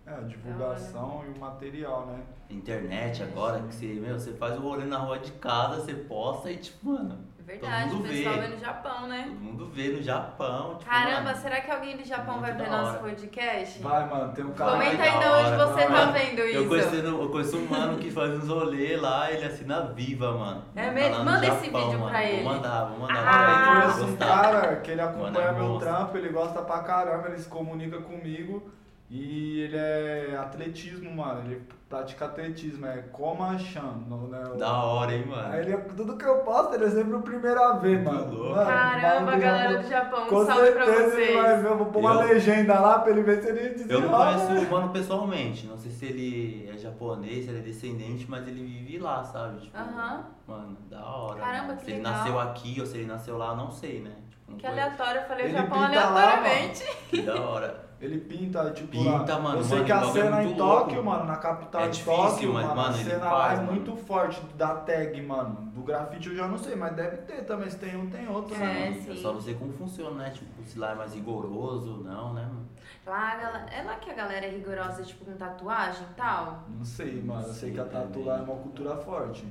É, a divulgação e o material, né? Internet agora, que você, meu, você faz o rolê na rua de casa, você posta e tipo, mano. Verdade, Todo o mundo pessoal vê. vê no Japão, né? Todo mundo vê no Japão. Tipo, Caramba, mano, será que alguém do Japão Muito vai ver da nosso hora. podcast? Vai, mano, tem um cara. Vai, Comenta da aí de onde hora, você da tá hora. vendo eu, isso. conhecendo, eu conheço um mano que faz uns rolê lá, ele assina viva, mano. É Tá mesmo? lá no Manda esse Japão, vídeo mano. pra ele. Vou mandar, vou mandar Eu Ah, pra ele. conheço um cara que ele acompanha Mano, é meu monstro. trampo, ele gosta pra caramba, ele se comunica comigo. E ele é atletismo, mano. Ele pratica atletismo, é Coma Chan. no- né, o- Da hora, hein, mano. Aí ele, é tudo que eu posto, ele é sempre o primeiro a ver, Muito mano. louco. Mano, o Caramba, maluco já- galera do Japão, Com um salve pra certeza ele vai vocês. ver. Eu vou pôr uma Eu- legenda lá pra ele ver se ele Eu não desenrola. conheço o mano pessoalmente, não sei se ele é japonês, se ele é descendente, mas ele vive lá, sabe? Tipo, Aham. Mano, da hora. Caramba, mano. que Se ele legal. nasceu aqui ou se ele nasceu lá, eu não sei, né? Tipo, não Que conheço. aleatório, eu falei o Ele Japão pinta lá, aleatoriamente. Que da hora. Ele pinta, tipo, Pinta, lá. mano, Eu sei mano, que a o bagulho é cena em muito Tóquio, louco. mano, na capital É de difícil, Tóquio, mas, mano, mano, a ele cena lá faz, é mano. muito forte da tag, mano. Do grafite eu já não sei, mas deve ter também. Se tem um, tem outro, né? É, Eu sim. só não sei como funciona, né? Tipo, se lá é mais rigoroso, não, né, mano? Lá, a gal- é lá que a galera é rigorosa, tipo, com tatuagem e tal? Não sei, mano. Eu sei Sim, que a tatu também. lá é uma cultura forte.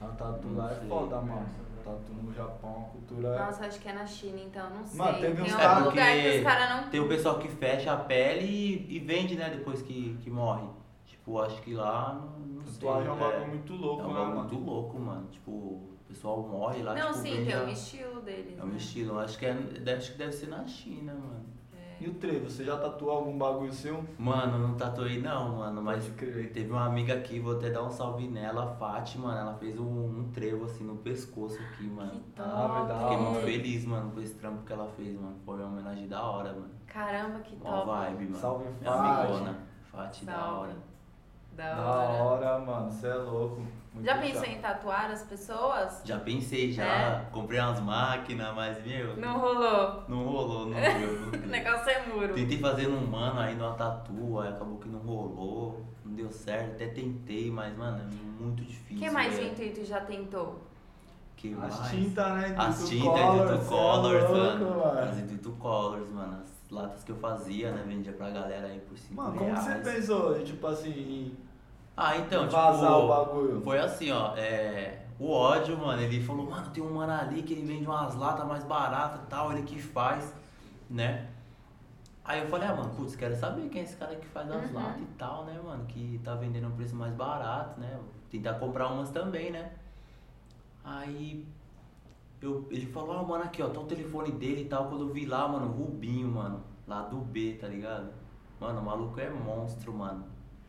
A tatu Não lá é sei. foda, mano. Tatu no Japão é uma cultura. Nossa, acho que é na China, então, não sei. Mano, teve uns Tem caras algum lugar que que- os caras não... Tem o pessoal que fecha a pele e, e vende, né? Depois que, que morre. Tipo, acho que lá, não, não sei. Tatuagem é um bagulho é. muito É louco, um né, bagulho mano? muito louco, mano. Tipo, o pessoal morre lá, Não, tipo, sim, vende tem a- um estilo deles. É um né? estilo, eu acho que, é, deve- acho que deve ser na China, mano. É, E o Trevo, você já tatuou algum bagulho seu? Mano, eu não tatuei não, mano, mas Pode crer. teve uma amiga aqui, vou até dar um salve nela, a Fati, mano, ela fez um, um trevo assim no pescoço aqui, mano. Que Ah, top. verdade. Fiquei muito feliz, mano, com esse trampo que ela fez, mano. Foi uma homenagem da hora, mano. Caramba, que Uma top. vibe, mano. Salve, Minha Fati. amigona. Fati, da Salve. hora. Da Da hora. hora, mano. Você é louco. Muito Já pensou chato. em tatuar as pessoas? Já pensei, já. É? Comprei umas máquinas, mas, meu, não, Não rolou. rolou, não deu, não O deu. negócio é muro. Tentei fazer num mano aí numa tatu, aí acabou que não rolou, não deu certo, até tentei, mas mano, é muito O difícil. que mais o velho. intuito já tentou? Que mais? As tintas, né? As Tutu tintas de tá? Tutu cê é Colors, louco, mano. As de Tutu Colors, mano. As latas que eu fazia, né? Vendia pra galera aí por 5 Mano, reais. como você pensou, tipo assim, Ah, então, em vazar tipo, o bagulho? Foi assim, ó, é, o ódio, mano, ele falou, mano, tem um mano ali que ele vende umas latas mais baratas e tal, ele que faz, né? Aí eu falei, ah, mano, putz, quero saber quem é esse cara que faz as Uhum. latas e tal, né, mano? Que tá vendendo um preço mais barato, né? Vou Tentar comprar umas também, né? Aí eu, ele falou, ah, mano, aqui, ó, tá o telefone dele e tal. Quando eu vi lá, mano, Rubinho, mano, lá do B, tá ligado? Mano, o maluco é monstro, mano,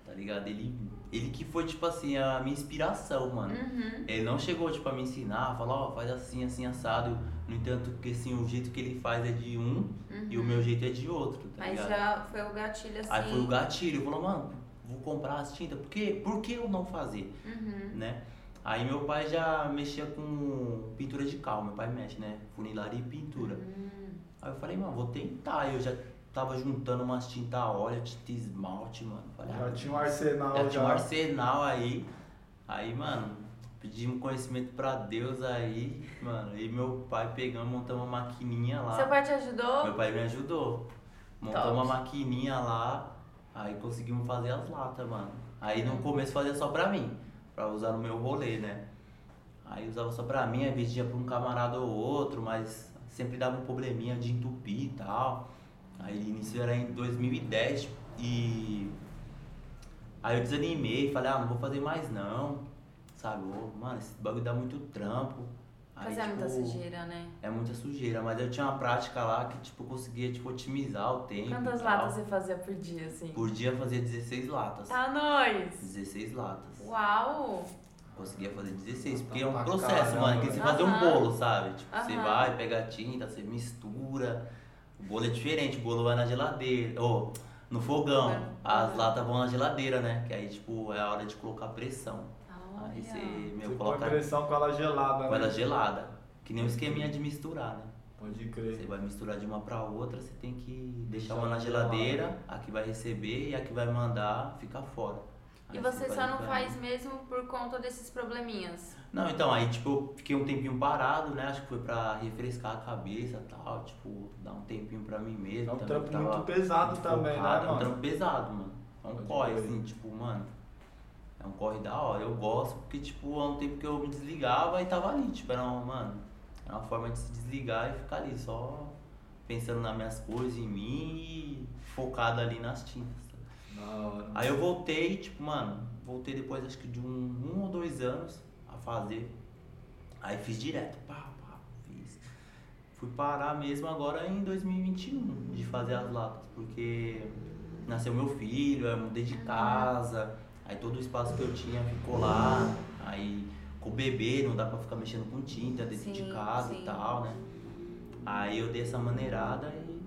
tá ligado? Ele, ele que foi, tipo assim, a minha inspiração, mano. Uhum. Ele não chegou, tipo, a me ensinar, falar, ó, faz assim, assim, assado. No entanto, que assim, o jeito que ele faz é de um e o meu jeito é de outro, tá Uhum, Mas ligado? já foi o gatilho assim. Aí foi o gatilho, falou, mano, vou comprar as tintas, por quê? Por que eu não fazer? Uhum. né? Aí meu pai já mexia com pintura de cal, meu pai mexe, né? Funilaria e pintura. Hum. Aí eu falei, mano, vou tentar. Eu já tava juntando umas tinta óleo, tinta esmalte, mano. Falei, ah, Já tinha um arsenal já já. tinha um arsenal aí. Aí, mano, pedimos conhecimento pra Deus aí, mano. E meu pai pegando, montando uma maquininha lá. Seu pai te ajudou? Meu pai me ajudou. Montou Top. uma maquininha lá, aí conseguimos fazer as latas, mano. Aí no começo fazia só pra mim, pra usar no meu rolê, né? Aí usava só pra mim, aí vendia pra um camarada ou outro, mas sempre dava um probleminha de entupir e tal. Aí início era em 2010 tipo, e aí eu desanimei, falei, ah, não vou fazer mais não. Sabe, Ô, mano, esse bagulho dá muito trampo. Aí, Mas é muita tipo, sujeira, né? é muita sujeira, mas eu tinha uma prática lá que, tipo, eu conseguia, tipo, otimizar o tempo. Quantas e tal. latas você fazia por dia, assim? Por dia eu fazia 16 latas. Tá nós! 16 latas. Uau! Conseguia fazer 16, porque é Tá um pra processo, caramba, mano. Que você né? fazer um Aham. bolo, sabe? Tipo, você Aham. vai, pega a tinta, você mistura. O bolo é diferente, o bolo vai na geladeira. Ou no fogão. Vai no As fogão. latas vão na geladeira, né? Que aí, tipo, é a hora de colocar pressão. Aí você Olha. Você meio põe coloca pressão com ela gelada, com ela né? gelada. Que nem um esqueminha de misturar, né? Pode Você crer. vai misturar de uma pra outra, você tem que deixar Deixar uma na gelada. geladeira, a que vai receber e a que vai mandar ficar fora. E Aí você só vai não ficando. faz mesmo por conta desses probleminhas. Não, então, aí tipo, eu fiquei um tempinho parado, né? Acho que foi pra refrescar a cabeça e tal, tipo, dar um tempinho pra mim mesmo. É um também trampo tava muito pesado também, né, focado, É um mano? trampo pesado, mano. É um Pode corre, crer. assim, tipo, mano. É um corre da hora. Eu gosto porque, tipo, é um tempo que eu me desligava e tava ali, tipo, era uma, mano, era uma forma de se desligar e ficar ali, só pensando nas minhas coisas, em mim e focado ali nas tintas. tá sabe? Da hora. Aí eu voltei, tipo, mano, voltei depois acho que de um, um ou dois anos a fazer. Aí fiz direto, pá, pá, fiz. Fui parar mesmo agora em 2021 de fazer as latas, porque nasceu meu filho, aí eu mudei de casa, aí todo o espaço que eu tinha ficou lá, aí com o bebê não dá pra ficar mexendo com tinta dentro de Sim, casa e sim. tal, né? Aí eu dei essa maneirada e.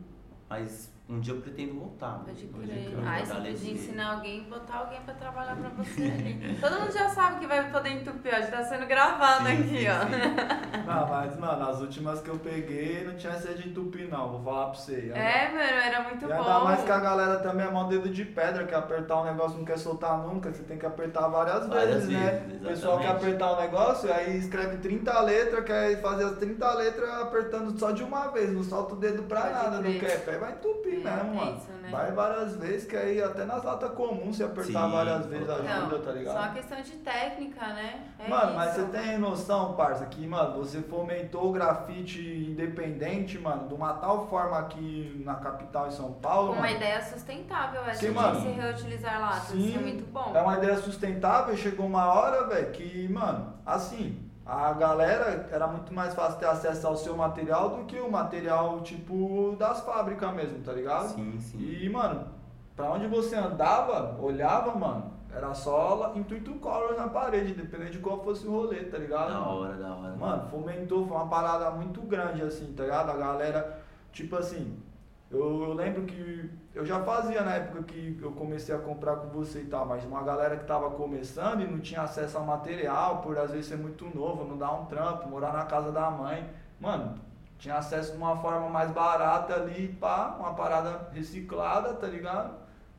Mas um dia eu pretendo voltar. né? Pode Um dia eu crer. Ah, quero Ai, voltar você a podia lezer. ensinar alguém, botar alguém pra trabalhar pra você ali. Todo mundo já sabe que vai poder entupir, ó. Já tá sendo gravado Sim, aqui, sim, ó. sim. Não, Ah, mas, mano, as últimas que eu peguei não tinha essa de entupir, não. Vou falar pra você. Ia- É, mano, era muito E ainda bom. mais que a galera também é mó dedo de pedra, que apertar um negócio não quer soltar nunca, você tem que apertar várias, Várias vezes, né? vezes, O pessoal quer exatamente. apertar um negócio, aí escreve 30 letras, quer fazer as 30 letras apertando só de uma vez, não solta o dedo pra Pode nada, não crer. quer, pé vai entupir É, mesmo, mano. tenso, né? Vai várias vezes, que aí até nas latas comuns, se apertar Sim, várias vezes total. ajuda, Então, tá ligado? só uma questão de técnica, né? É Mano, mas isso. você tem noção, parça, que, mano, você fomentou o grafite independente, mano, de uma tal forma aqui na capital, em São Paulo, Uma mano, ideia sustentável, acho Sim, que mano. se reutilizar latas. Isso é muito bom. É uma ideia sustentável e chegou uma hora, velho, que, mano, assim, a galera era muito mais fácil ter acesso ao seu material do que o material, tipo, das fábricas mesmo, tá ligado? Sim, sim. E, mano, pra onde você andava, olhava, mano, era só la- intuito color na parede, dependendo de qual fosse o rolê, tá ligado? Da mano? hora, da hora. Mano, fomentou, foi uma parada muito grande, assim, tá ligado? A galera, tipo assim, eu, eu lembro que eu já fazia na época que eu comecei a comprar com você e tal, mas uma galera que tava começando e não tinha acesso ao material, por às vezes ser muito novo, não dar um trampo, morar na casa da mãe, mano, tinha acesso de uma forma mais barata ali, pá, uma parada reciclada, tá ligado?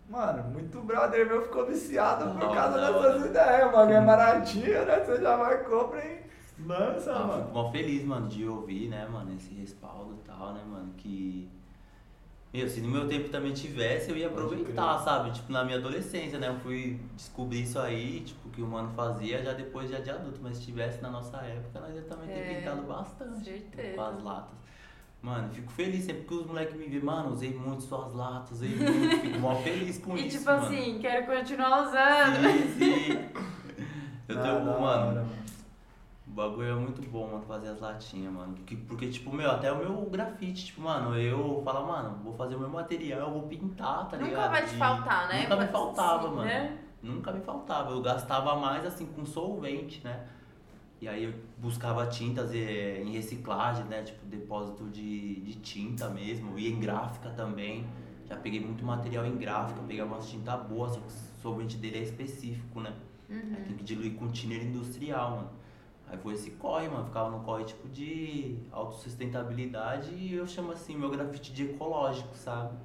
Mano, muito brother meu ficou viciado Da por hora, causa da dessas hora. ideias, mano. É baratinho, né? Você já vai compra e lança, Ah, mano. fico mó feliz, mano, de ouvir, né, mano, esse respaldo e tal, né, mano, que Meu, se no meu tempo também tivesse, eu ia Pode aproveitar, crer. sabe? Tipo, na minha adolescência, né? Eu fui descobrir isso aí, tipo, que o mano fazia já depois já de adulto. Mas se tivesse na nossa época, nós ia também ter É, pintado bastante. tipo, certeza. Com as latas. Mano, fico feliz sempre que os moleques me veem. Mano, usei muito suas latas, usei muito. Fico mó feliz com E isso, tipo mano. assim, quero continuar usando. Sim, sim. Eu Da- tenho, Ah, um, da mano, hora, mano. o bagulho é muito bom, mano, fazer as latinhas, mano. Porque, porque, tipo, meu, até o meu grafite, tipo, mano, eu falo, mano, vou fazer o meu material, eu vou pintar, tá ligado? Nunca vai te E faltar, né? Nunca me Mas, faltava, sim, mano. né? Nunca me faltava. Eu gastava mais, assim, com solvente, né? E aí eu buscava tintas eh, em reciclagem, né? Tipo, depósito de, de tinta mesmo. E em gráfica também. Já peguei muito material em gráfica, pegava umas tinta boa, só que o solvente dele é específico, né? Aí tem que diluir com thinner industrial, mano. Aí foi esse corre, mano. Ficava no corre tipo de autossustentabilidade e eu chamo assim meu grafite de ecológico, sabe?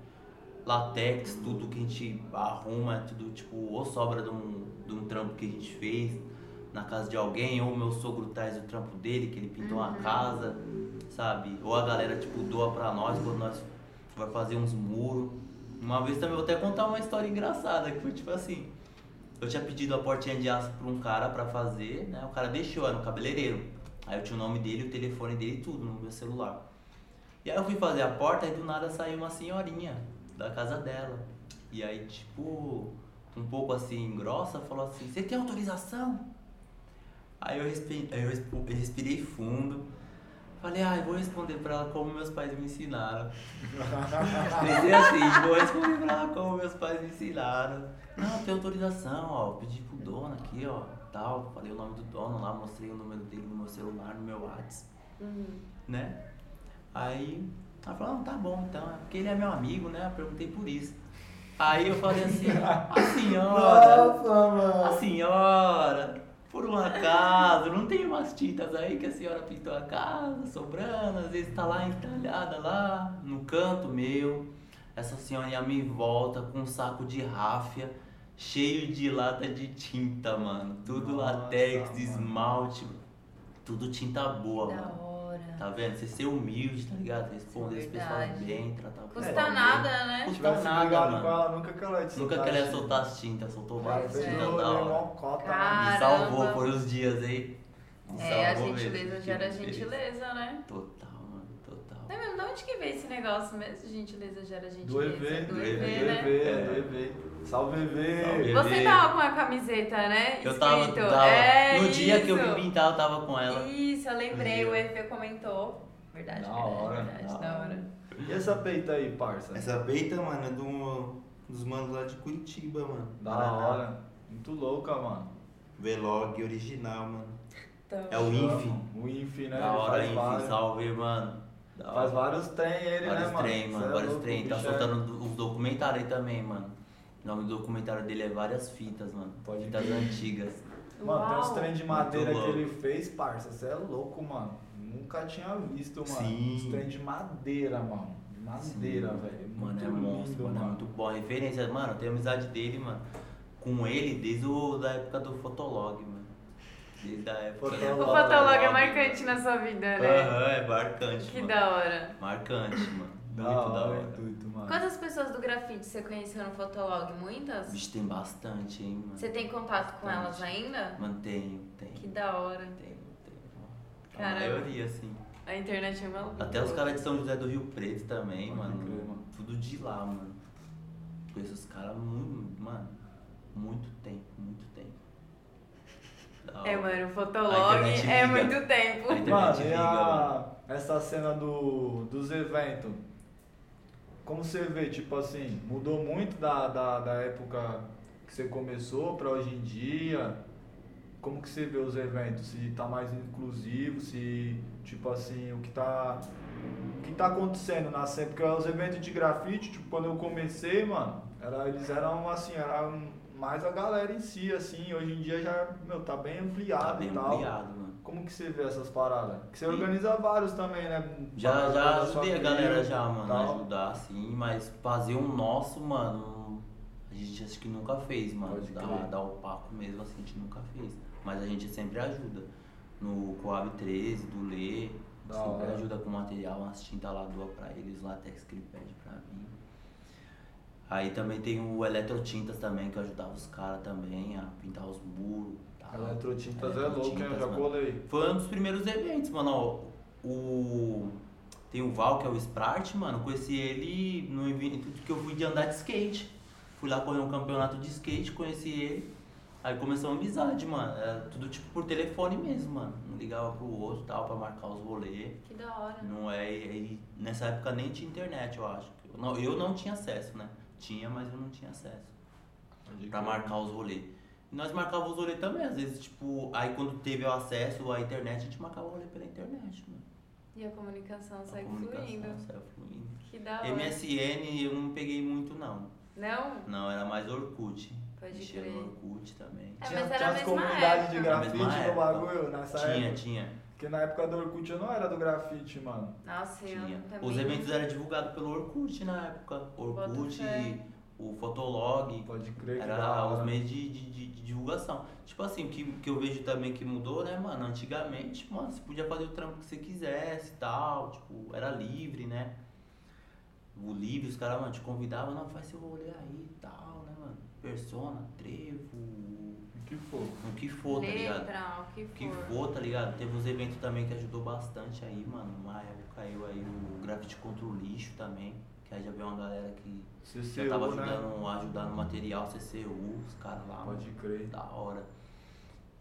Latex, tudo que a gente arruma, é tudo tipo, ou sobra de um, de um trampo que a gente fez na casa de alguém, ou meu sogro traz o trampo dele, que ele pintou uma casa, sabe? Ou a galera tipo doa pra nós quando nós vai fazer uns muros. Uma vez também, eu vou até contar uma história engraçada, que foi tipo assim. Eu tinha pedido a portinha de aço pra um cara pra fazer, né? O cara deixou, era um cabeleireiro. Aí eu tinha o nome dele, o telefone dele e tudo no meu celular. E aí eu fui fazer a porta e do nada saiu uma senhorinha da casa dela. E aí, tipo, um pouco assim, grossa, falou assim, você tem autorização? Aí eu respirei, eu respo- eu respirei fundo. Falei, ah, eu vou responder pra ela como meus pais me ensinaram. Pensei assim, vou responder pra ela como meus pais me ensinaram. Não, tem autorização, ó. Pedi pro dono aqui, ó. Tal. Falei o nome do dono lá, mostrei o número dele no meu celular, no meu WhatsApp, Uhum. né? Aí ela falou, não, tá bom então, é porque ele é meu amigo, né? Eu perguntei por isso. Aí eu falei assim, a senhora. Nossa, A mano. senhora, por um acaso, não tem umas tintas aí que a senhora pintou a casa, sobrando, às vezes tá lá entalhada lá no canto meu. Essa senhorinha me volta com um saco de ráfia cheio de lata de tinta, mano. Tudo Nossa, latex, mano. esmalte, tudo tinta boa, Da mano. hora. Tá vendo? Você ser humilde, tá ligado? Responder as pessoas Verdade. bem, tratar o Custa É, pessoal bem. nada, né? Se Custa tivesse nada, brigado com mano. ela, nunca que ela ia te Nunca que soltar ela ia isso. soltar as tintas, soltou Vai, várias Pois é. fez tintas o da hora. limão cota, Cara. mano. Me Caramba. salvou por uns dias aí. Me É, a salvou mesmo. gentileza gera Fiquei feliz. gentileza, né? Total, mano, total. Não é mesmo? De onde que veio esse negócio mesmo? Gentileza gera gentileza. Do EV, Do do EV, EV, Do né? EV, é, do EV. Salve, EV. Salve. Você EV. tava com a camiseta, né? Eu tava, Escrito. tava- É, No dia que eu isso. vim pintar, eu tava com ela. Isso, eu lembrei, No o dia. EV comentou. Verdade, Da verdade, hora, verdade, da da hora. E essa peita aí, parça? Essa peita, mano, é do, dos manos lá de Curitiba, mano. Da hora. Muito louca, mano. Vlog original, mano. Então, É o Inf. O Inf, né? Da hora, Ele faz Inf. vários- Salve, mano. Da Faz hora. vários trem ele, né, Vários mano? trem, mano. Cê é Vários louco, trem. Tá bicho, é- soltando os documentários aí também, mano. O nome do documentário dele é Várias Fitas, mano. Pode Fitas antigas. Mano, tem uns uau. trem de madeira Muito que louco. ele fez, parça. Você é louco, mano. Nunca tinha visto, mano. Sim. Uns trem de madeira, mano. De madeira, Sim. velho. Mano, Muito é monstro, lindo, mano. É muito bom. Referência, mano, eu tenho amizade dele, mano. Com ele desde o, da época do Fotolog, mano. Desde a época. do Fotolog. O fotólogo é marcante na sua vida, né? Aham, é marcante. Que mano. da hora. Marcante, mano. Muito Da hora, da hora. intuito, mano. Quantas pessoas do grafite você conheceu no Fotolog? Muitas? Bicho, tem bastante, hein, mano. Você tem contato com Bastante. elas ainda? Mano, tenho, tenho. Que da hora. Tenho, tenho. A Caramba. maioria, assim. A internet é maluca. Até os caras de São José do Rio Preto também, Pode mano. crer, mano. Tudo de lá, mano. Conheço os caras muito, mano. Muito tempo, muito tempo. Da É, hora. mano, o A Fotolog internet é liga. muito tempo. A internet né? Mano, e liga, mano. a, essa cena do, dos eventos? Como você vê, tipo assim, mudou muito da, da, da época que você começou pra hoje em dia? Como que você vê os eventos? Se tá mais inclusivo, se tipo assim, o que tá. O que tá acontecendo na cena? Porque os eventos de grafite, tipo, quando eu comecei, mano, era, eles eram assim, era mais a galera em si, assim, hoje em dia já, meu, tá bem ampliado Tá bem e tal. ampliado, mano. Como que você vê essas paradas? Que você Sim. organiza vários também, né? Já, Parada já da sua ajudei a cria galera e já, mano, a tal. ajudar, assim, mas fazer um nosso, mano, a gente acho que nunca fez, mano. Pode Dá, crer. dá o papo mesmo, assim, a gente nunca fez. Mas a gente sempre ajuda. No Coab 13, do Lê, Da Sempre hora. ajuda com material, umas tintas lá doa pra eles, látex que ele pede pra mim. Aí também tem o Eletrotintas também, que eu ajudava os caras também a pintar os muros. e tal. Eletrotintas é louco, hein? Eu Eletrotintas, já mano. colei. Foi um dos primeiros eventos, mano. ó. O. Tem o Val, que é o Sprite, mano. Conheci ele no evento que eu fui de andar de skate. Fui lá correr um campeonato de skate, conheci ele. Aí começou uma amizade, mano. Era tudo tipo por telefone mesmo, mano. Um ligava pro outro e tal, pra marcar os rolês. Que da hora. Não é. e- e nessa época nem tinha internet, eu acho. Eu não, eu não tinha acesso, né? Tinha, mas eu não tinha acesso Uhum. pra marcar os rolês. E nós marcávamos os rolês também, às vezes, tipo, aí quando teve o acesso à internet, a gente marcava o rolê pela internet, mano. E a comunicação A segue comunicação fluindo. saiu fluindo. Que da hora. MSN eu não peguei muito, não. Não? Não, era mais Orkut. Pode Mexia no crer. Orkut também. É, Tinha, mas era tinha a as mesma comunidades de época. Na mesma grafite no época. bagulho né? nessa Tinha, época. tinha, Porque na época do Orkut eu não era do grafite, mano. Nossa, eu tinha. também. Os eventos eram divulgados pelo Orkut na época. Orkut, fé. o Fotolog. Pode crer que da Era hora. os meios de, de, de- de divulgação. Tipo assim, o que, que eu vejo também que mudou, né, mano? Antigamente, mano, você podia fazer o trampo que você quisesse e tal. Tipo, era livre, né? O livre, os caras, mano, te convidavam, não, faz seu rolê aí e tal, né, mano? Persona, trevo, Que fofo. o que for, tá ligado? Letra, o que O for. que for, tá ligado? Teve uns eventos também que ajudou bastante aí, mano. Uma época eu aí o grafite contra o lixo também. Que aí já veio uma galera que já CCU, tava né? ajudando, ajudando no material, CCU, os caras lá. mano. Pode crer. Da hora.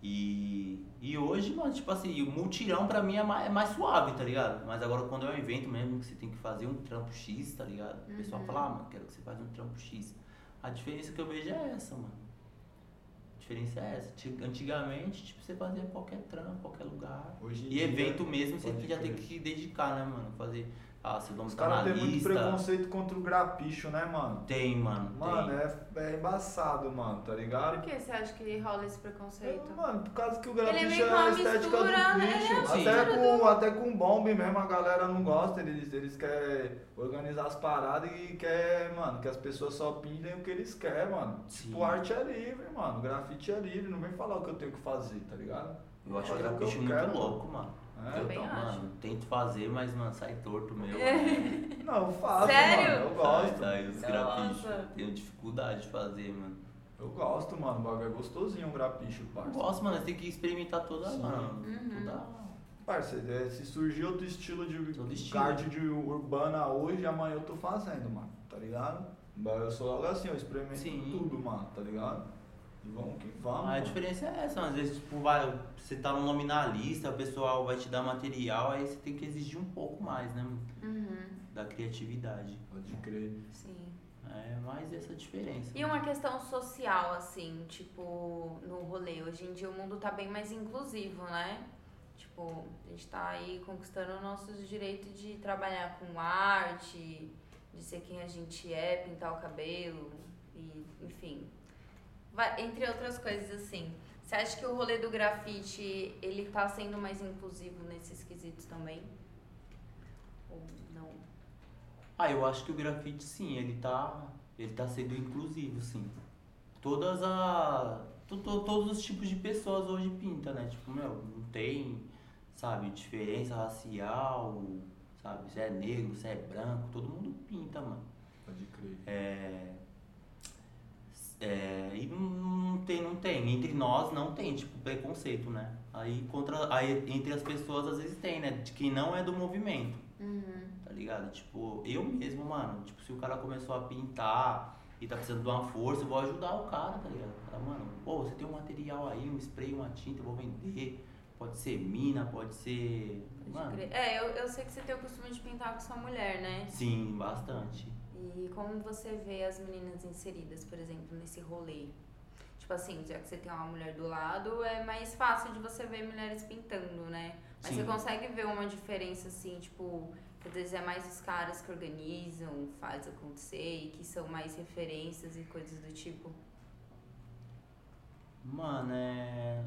E, e hoje, mano, tipo assim, o multirão pra mim é mais, é mais suave, tá ligado? Mas agora quando é um evento mesmo que você tem que fazer um trampo X, tá ligado? O pessoal Uhum. fala, ah, mano, quero que você faça um trampo X. A diferença que eu vejo é essa, mano. A diferença é essa. Ti- Antigamente, tipo, você fazia qualquer trampo, qualquer lugar. Hoje em E dia, evento mesmo, você pode já tem que crer. se dedicar, né, mano? Fazer, ah, seu nome Os caras têm muito canalista. preconceito contra o grapicho, né, mano? Tem, mano, Mano, tem. é, é embaçado, mano, tá Por ligado? que você acha que rola esse preconceito? Eu, Mano, por causa que o tá. Ele grafite vem é com a uma estética mistura, do né? bicho. Sim. Até, com, até com bombe mesmo a galera não gosta, eles, eles querem organizar as paradas e quer, mano, que as pessoas só pintem o que eles querem, mano. Sim. Tipo, arte é livre, mano. Grafite é livre, não vem falar o que eu tenho que fazer, tá ligado? Eu acho Fazer que o era que eu bicho muito quero. louco, mano. É. Eu Também tô- acho. mano, tento fazer, mas, mano, sai torto meu. mano. Não, eu faço, Sério? mano. Eu gosto. Sai, sai os Nossa. grapichos. Tenho dificuldade de fazer, mano. Eu gosto, mano. O bagulho é gostosinho, um grapicho, Eu parça. gosto, mano. Você tem que experimentar toda, Sim. mano. Uhum. Toda. Parça, é, se surgir outro estilo de Todo estilo. card de urbana hoje, amanhã eu tô fazendo, mano. Tá ligado? Mas Eu sou logo assim, eu experimento Sim. tudo, mano. Tá ligado? E vamos que vamos. a mano. diferença é essa, mano. às vezes, tipo, vai, você tá no nome na lista, o pessoal vai te dar material, aí você tem que exigir um pouco mais, né, mano? Uhum, Da criatividade. Pode crer. sim. É mais essa diferença. E um uma questão social, assim, tipo, no rolê. Hoje em dia o mundo tá bem mais inclusivo, né? Tipo, a gente tá aí conquistando nossos direitos de trabalhar com arte, de ser quem a gente é, pintar o cabelo, e, enfim. Va- Entre outras coisas, assim. Você acha que o rolê do grafite, ele tá sendo mais inclusivo nesses quesitos também? Ou não? Ah, eu acho que o grafite sim, ele tá, ele tá sendo inclusivo, sim. Todas a to- to- todos os tipos de pessoas hoje pinta, né? Tipo, meu, não tem, sabe, diferença racial, sabe, se é negro, se é branco, todo mundo pinta, mano. Pode crer. É, é, e não- não tem, não tem. Entre nós não tem, tipo, preconceito, né? Aí contra aí entre as pessoas às vezes tem, né? De quem não é do movimento Uhum. tá ligado? Tipo, eu mesmo, mano, tipo, se o cara começou a pintar e tá precisando de uma força, eu vou ajudar o cara, tá ligado? Falar, mano, pô, você tem um material aí, um spray, uma tinta, eu vou vender. Pode ser mina, pode ser. Pode Mano, crer. É, eu, eu sei que você tem o costume de pintar com sua mulher, né? sim, bastante. E como você vê as meninas inseridas, por exemplo, nesse rolê? Tipo assim, já que você tem uma mulher do lado, é mais fácil de você ver mulheres pintando, né? Mas Sim. você consegue ver uma diferença assim, tipo, que às vezes é mais os caras que organizam, faz acontecer e que são mais referências e coisas do tipo. Mano, é.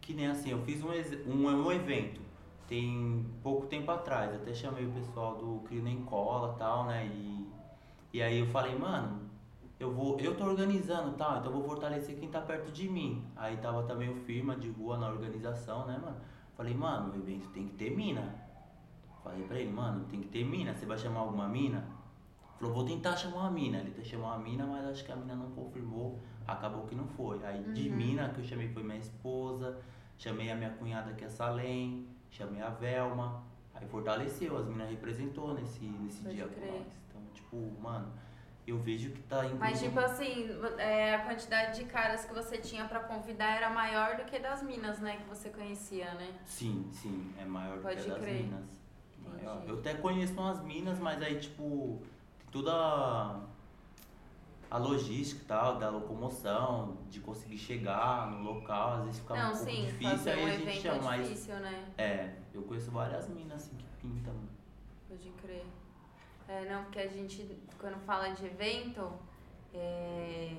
Que nem assim, eu fiz um, ex- um, um evento tem pouco tempo atrás, até chamei o pessoal do Crio Nem Cola e tal, né? E, e aí eu falei, mano, eu vou, eu tô organizando e tal, então eu vou fortalecer quem tá perto de mim. Aí tava também o firma de rua na organização, né, mano? Falei, mano, o evento tem que ter mina. Falei pra ele, mano, tem que ter mina, você vai chamar alguma mina? Falou, vou tentar chamar uma mina. Ele tentou chamar uma mina, mas acho que a mina não confirmou, acabou que não foi. Aí de mina que eu chamei foi minha esposa, chamei a minha cunhada que é Salem, chamei a Velma. Aí fortaleceu, as minas representou nesse, nesse Pode dia com crer. nós. Então, tipo, mano, eu vejo que tá indo. Mas, tipo assim, é, a quantidade de caras que você tinha pra convidar era maior do que das minas, né? Que você conhecia, né? Sim, sim, é maior do que Pode a das crer. minas. Maior. Entendi. Eu até conheço umas minas, mas aí, tipo, tem toda a- a logística e tal, da locomoção, de conseguir chegar no local, às vezes fica Não, um pouco sim, difícil, fazer aí um a gente evento chama é mais. difícil, né? É, eu conheço várias minas assim que pintam. Pode crer. É, não, porque a gente, quando fala de evento, é,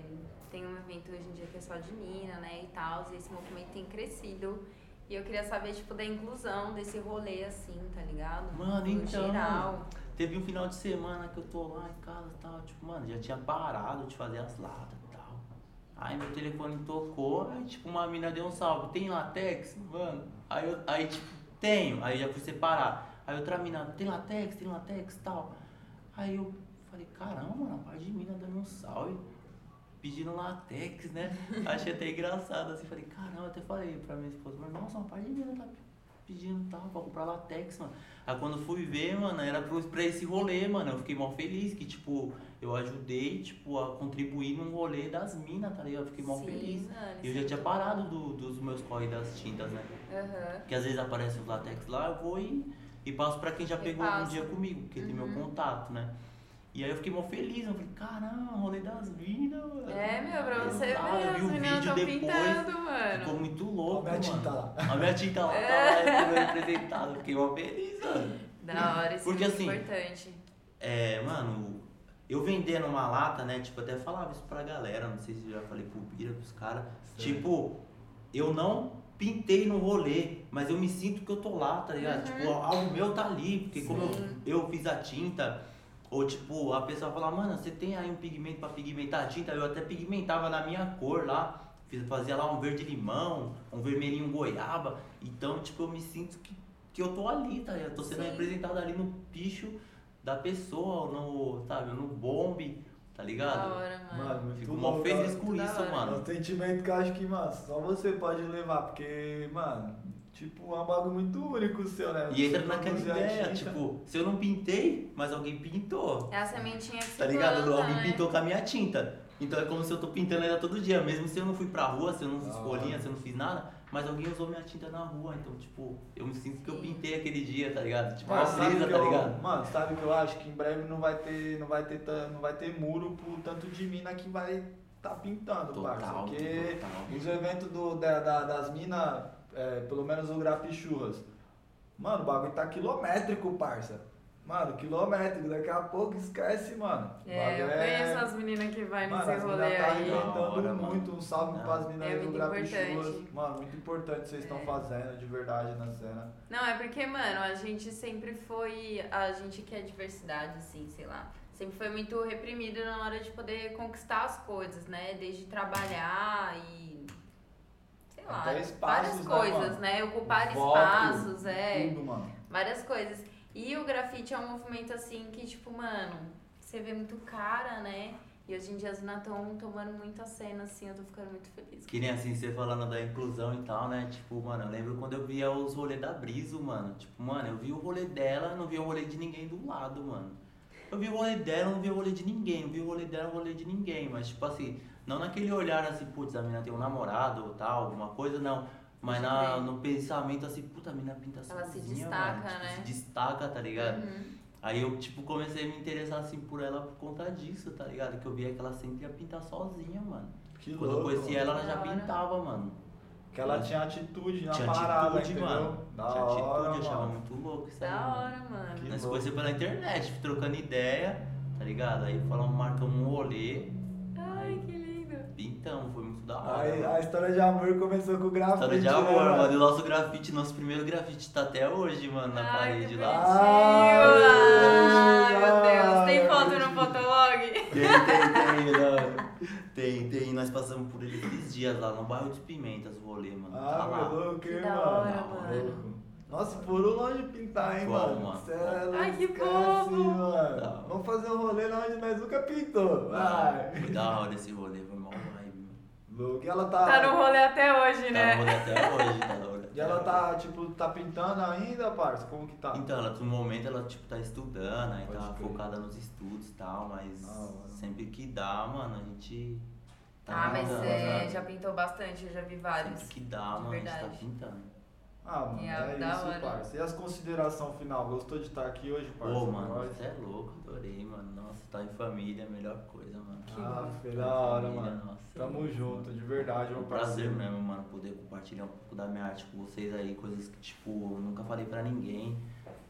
tem um evento hoje em dia que é só de mina, né, e tal, e esse movimento tem crescido. E eu queria saber, tipo, da inclusão desse rolê, assim, tá ligado? Mano, no então. geral. Teve um final de semana que eu tô lá em casa e tal, tipo, mano, já tinha parado de fazer as latas e tal. Aí meu telefone tocou, aí tipo, uma mina deu um salve, tem latex? Mano. Aí eu, aí tipo, tenho, aí já fui separar. Aí outra mina, tem latex, tem latex e tal. Aí eu falei, caramba, mano, a parte de mina dando um salve, pedindo latex, né? Achei até engraçado, assim, falei, caramba, até falei pra minha esposa, mas nossa, uma parte de mina tá pedindo tal, pra comprar latex, mano. Aí quando fui ver, mano, era pro- pra esse rolê, mano. Eu fiquei mó feliz que, tipo, eu ajudei, tipo, a contribuir num rolê das minas, tá ligado? Eu fiquei mó Sim, feliz. mano, é E eu sim. já tinha parado do- dos meus corre das tintas, né? Aham. Porque às vezes aparece os latex lá, eu vou e, e passo pra quem já E pegou um passa. Uhum. dia comigo, que tem meu contato, né? E aí eu fiquei mó feliz, eu falei, caramba, rolê das minas, mano. É, meu, pra você ver, Exato, eu as vi o meninas vídeo estão depois, pintando, mano. Ficou muito louco, A minha mano. tinta lá. A minha tinta lá, tá lá, eu representado, eu fiquei mó feliz, mano. Da hora, isso Porque, é muito assim, importante. É, mano, eu vendendo uma lata, né? Tipo, até falava isso pra galera, não sei se eu já falei pro Bira, pros caras. Sim. Tipo, eu não pintei no rolê, mas eu me sinto que eu tô lá, tá ligado? Tipo, algo meu tá ali, porque como eu, Uhum. Sim. eu fiz a tinta, ou tipo, a pessoa fala, mano, você tem aí um pigmento pra pigmentar a tinta? Eu até pigmentava na minha cor lá. Fiz- Fazia lá um verde limão, um vermelhinho goiaba. Então, tipo, eu me sinto que, que eu tô ali, tá ligado? Eu tô sendo Sim. representado ali no bicho da pessoa, no, sabe, no bombe, tá Da ligado? hora, mano. Mano, muito Fico mó louco, feliz ó. com Ah, Da isso, hora. É um mano. sentimento que eu acho que, mano, só você pode levar, porque, mano, tipo, é um bagulho muito único seu, né? E Você entra naquela produzir a ideia, tinta. tipo, se eu não pintei, mas alguém pintou, É a sementinha que você tá ligado? planta, Alguém né? pintou com a minha tinta. Então é como se eu tô pintando ela todo dia, mesmo se eu não fui pra rua, se eu não fiz Da folhinha, hora. se eu não fiz nada, mas alguém usou minha tinta na rua, então, tipo, eu me sinto que eu Sim. pintei aquele dia, tá ligado? Tipo, uma Mano, ah, sabe brisa, que tá eu- ligado? Mano, sabe o que eu acho? Que em breve não vai ter, não vai ter, tan- não vai ter muro pro tanto de mina que vai tá pintando, Total, parça. Porque total. os eventos do, da, da- das minas, pelo menos o Grapichurras, mano, o bagulho tá quilométrico, parça. Mano, quilométrico, daqui a pouco esquece, mano. O É, eu bagulho conheço as meninas que vai Mano, nesse as rolê meninas tá aí. legal. arrebentando Da hora, mano. muito. Um salve É. pras meninas É do muito Grapichuas. importante. Mano, muito importante o que vocês estão É. fazendo de verdade na cena. Não, é porque, mano, a gente sempre foi. A gente que é diversidade, assim, sei lá. Sempre foi muito reprimido na hora de poder conquistar as coisas, né? Desde trabalhar e. Sei lá. Até espaços, né, várias coisas, mano? né? Ocupar Voto, espaços, é. Tudo, mano. Várias coisas. E o grafite é um movimento assim que, tipo, mano, você vê muito cara, né? E hoje em dia as minas estão tomando muita cena, assim, eu tô ficando muito feliz. Que nem assim, você falando da inclusão e tal, né? Tipo, mano, eu lembro quando eu via os rolês da Briso, mano. Tipo, mano, eu vi o rolê dela, não vi o rolê de ninguém do lado, mano. Eu vi o rolê dela, não vi o rolê de ninguém. Eu vi o rolê dela, o rolê de ninguém. Mas, tipo assim, não naquele olhar assim, putz, a mina tem um namorado ou tal, alguma coisa, não. Mas na, no pensamento assim, puta, a mina pinta Ela se sozinha, destaca, mano. Tipo, né? Se destaca, tá ligado? Uhum. Aí eu, tipo, comecei a me interessar, assim, por ela por conta disso, tá ligado? Que eu via que ela sempre ia pintar sozinha, mano. Que Quando louco. eu conheci ela, ela já Da hora. pintava, mano. Que ela tinha atitude na Tinha parada, atitude, entendeu? mano. Da tinha atitude, hora, eu achava mano. muito louco isso aí. Da mano. hora, mano. Que Nós se louco. conhecemos pela internet, trocando ideia, tá ligado? Aí falamos, marcamos um rolê, Ai, que lindo. pintamos, foi muito da hora. Aí, mano. a história de amor começou com o grafite. História de né, amor, mano. E o nosso grafite, nosso primeiro grafite tá até hoje, mano, na Ai, parede que lá. bonitinho. Ai, Ai, meu Deus. Tem foto no Fotolog? Tem, tem, tem, mano. Tem, tem. Nós passamos por ele esses dias lá no bairro de Pimentas, o rolê, mano. tá Ah, lá. meu louco, Que hein, da mano. hora, Tá mano. louco. Nossa, foram longe pintar, hein, Fomos, mano? mano. Cê é louco, Ai, que esquece, bobo. mano. Tá. Vamos fazer um rolê lá onde nós nunca pintou. Vai. Foi da hora esse rolê, foi mal vibe, mano. Louco. E ela tá. Tá no rolê até hoje, Tá no né? rolê até hoje, tá da hora. E ela tá, tipo, tá pintando ainda, parça? Como que tá? Então, ela, no momento ela tipo, tá estudando, aí Pode tá crer. focada nos estudos e tal, mas Ah, mano. sempre que dá, mano, a gente tá Ah, mas pintando, você né? já pintou bastante, eu já vi Sempre vários. que dá, mano, a verdade. gente tá pintando. Ah, mano, É, é, da isso, hora. parça. E as considerações final? Gostou de estar aqui hoje, Pô, parça? mano, Nós? você é louco, adorei, mano. Nossa, tá em família é a melhor coisa, mano. Ah, Tá em filho, da hora, família, mano. nossa. Tamo junto, de verdade, É meu um prazer parceiro. mesmo, mano, poder compartilhar um pouco da minha arte com vocês aí, coisas que, tipo, eu nunca falei pra ninguém.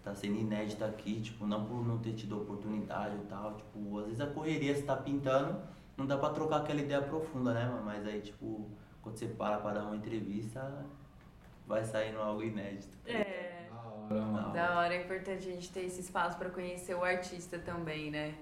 Tá sendo inédita aqui, tipo, não por não ter tido oportunidade ou tal. Tipo, às vezes a correria, você tá pintando, não dá pra trocar aquela ideia profunda, né, mano? Mas aí, tipo, quando você para pra dar uma entrevista, vai saindo algo inédito. Então, É. Da hora, mano. Da hora, é importante a gente ter esse espaço pra conhecer o artista também, né?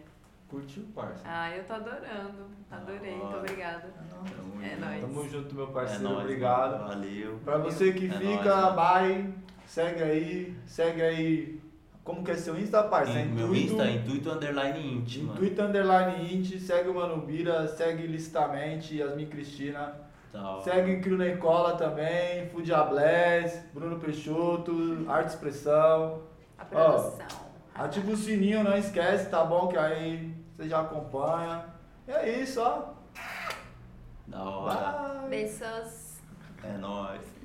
Curtiu, parça? Ah, eu tô adorando. Adorei, muito obrigada. Tamo É junto. nóis. Tamo junto, meu então, É parceiro. nóis, mano. obrigado. Valeu. Pra você que É fica, nóis. vai, segue aí, segue aí. Como que é seu Insta, parça? É Em- meu intuito- Insta, intuito underline int, mano. Intuito Underline Int, segue o Mano Bira, segue Licitamente, Yasmin Cristina, Tá, ó. segue Crio Necola também, Fudia Bless, Bruno Peixoto, Arte Expressão. A produção. Ativa o sininho, não esquece, tá bom? Que aí você já acompanha. E é isso, ó. Da hora. Bye. Beijos. É nóis.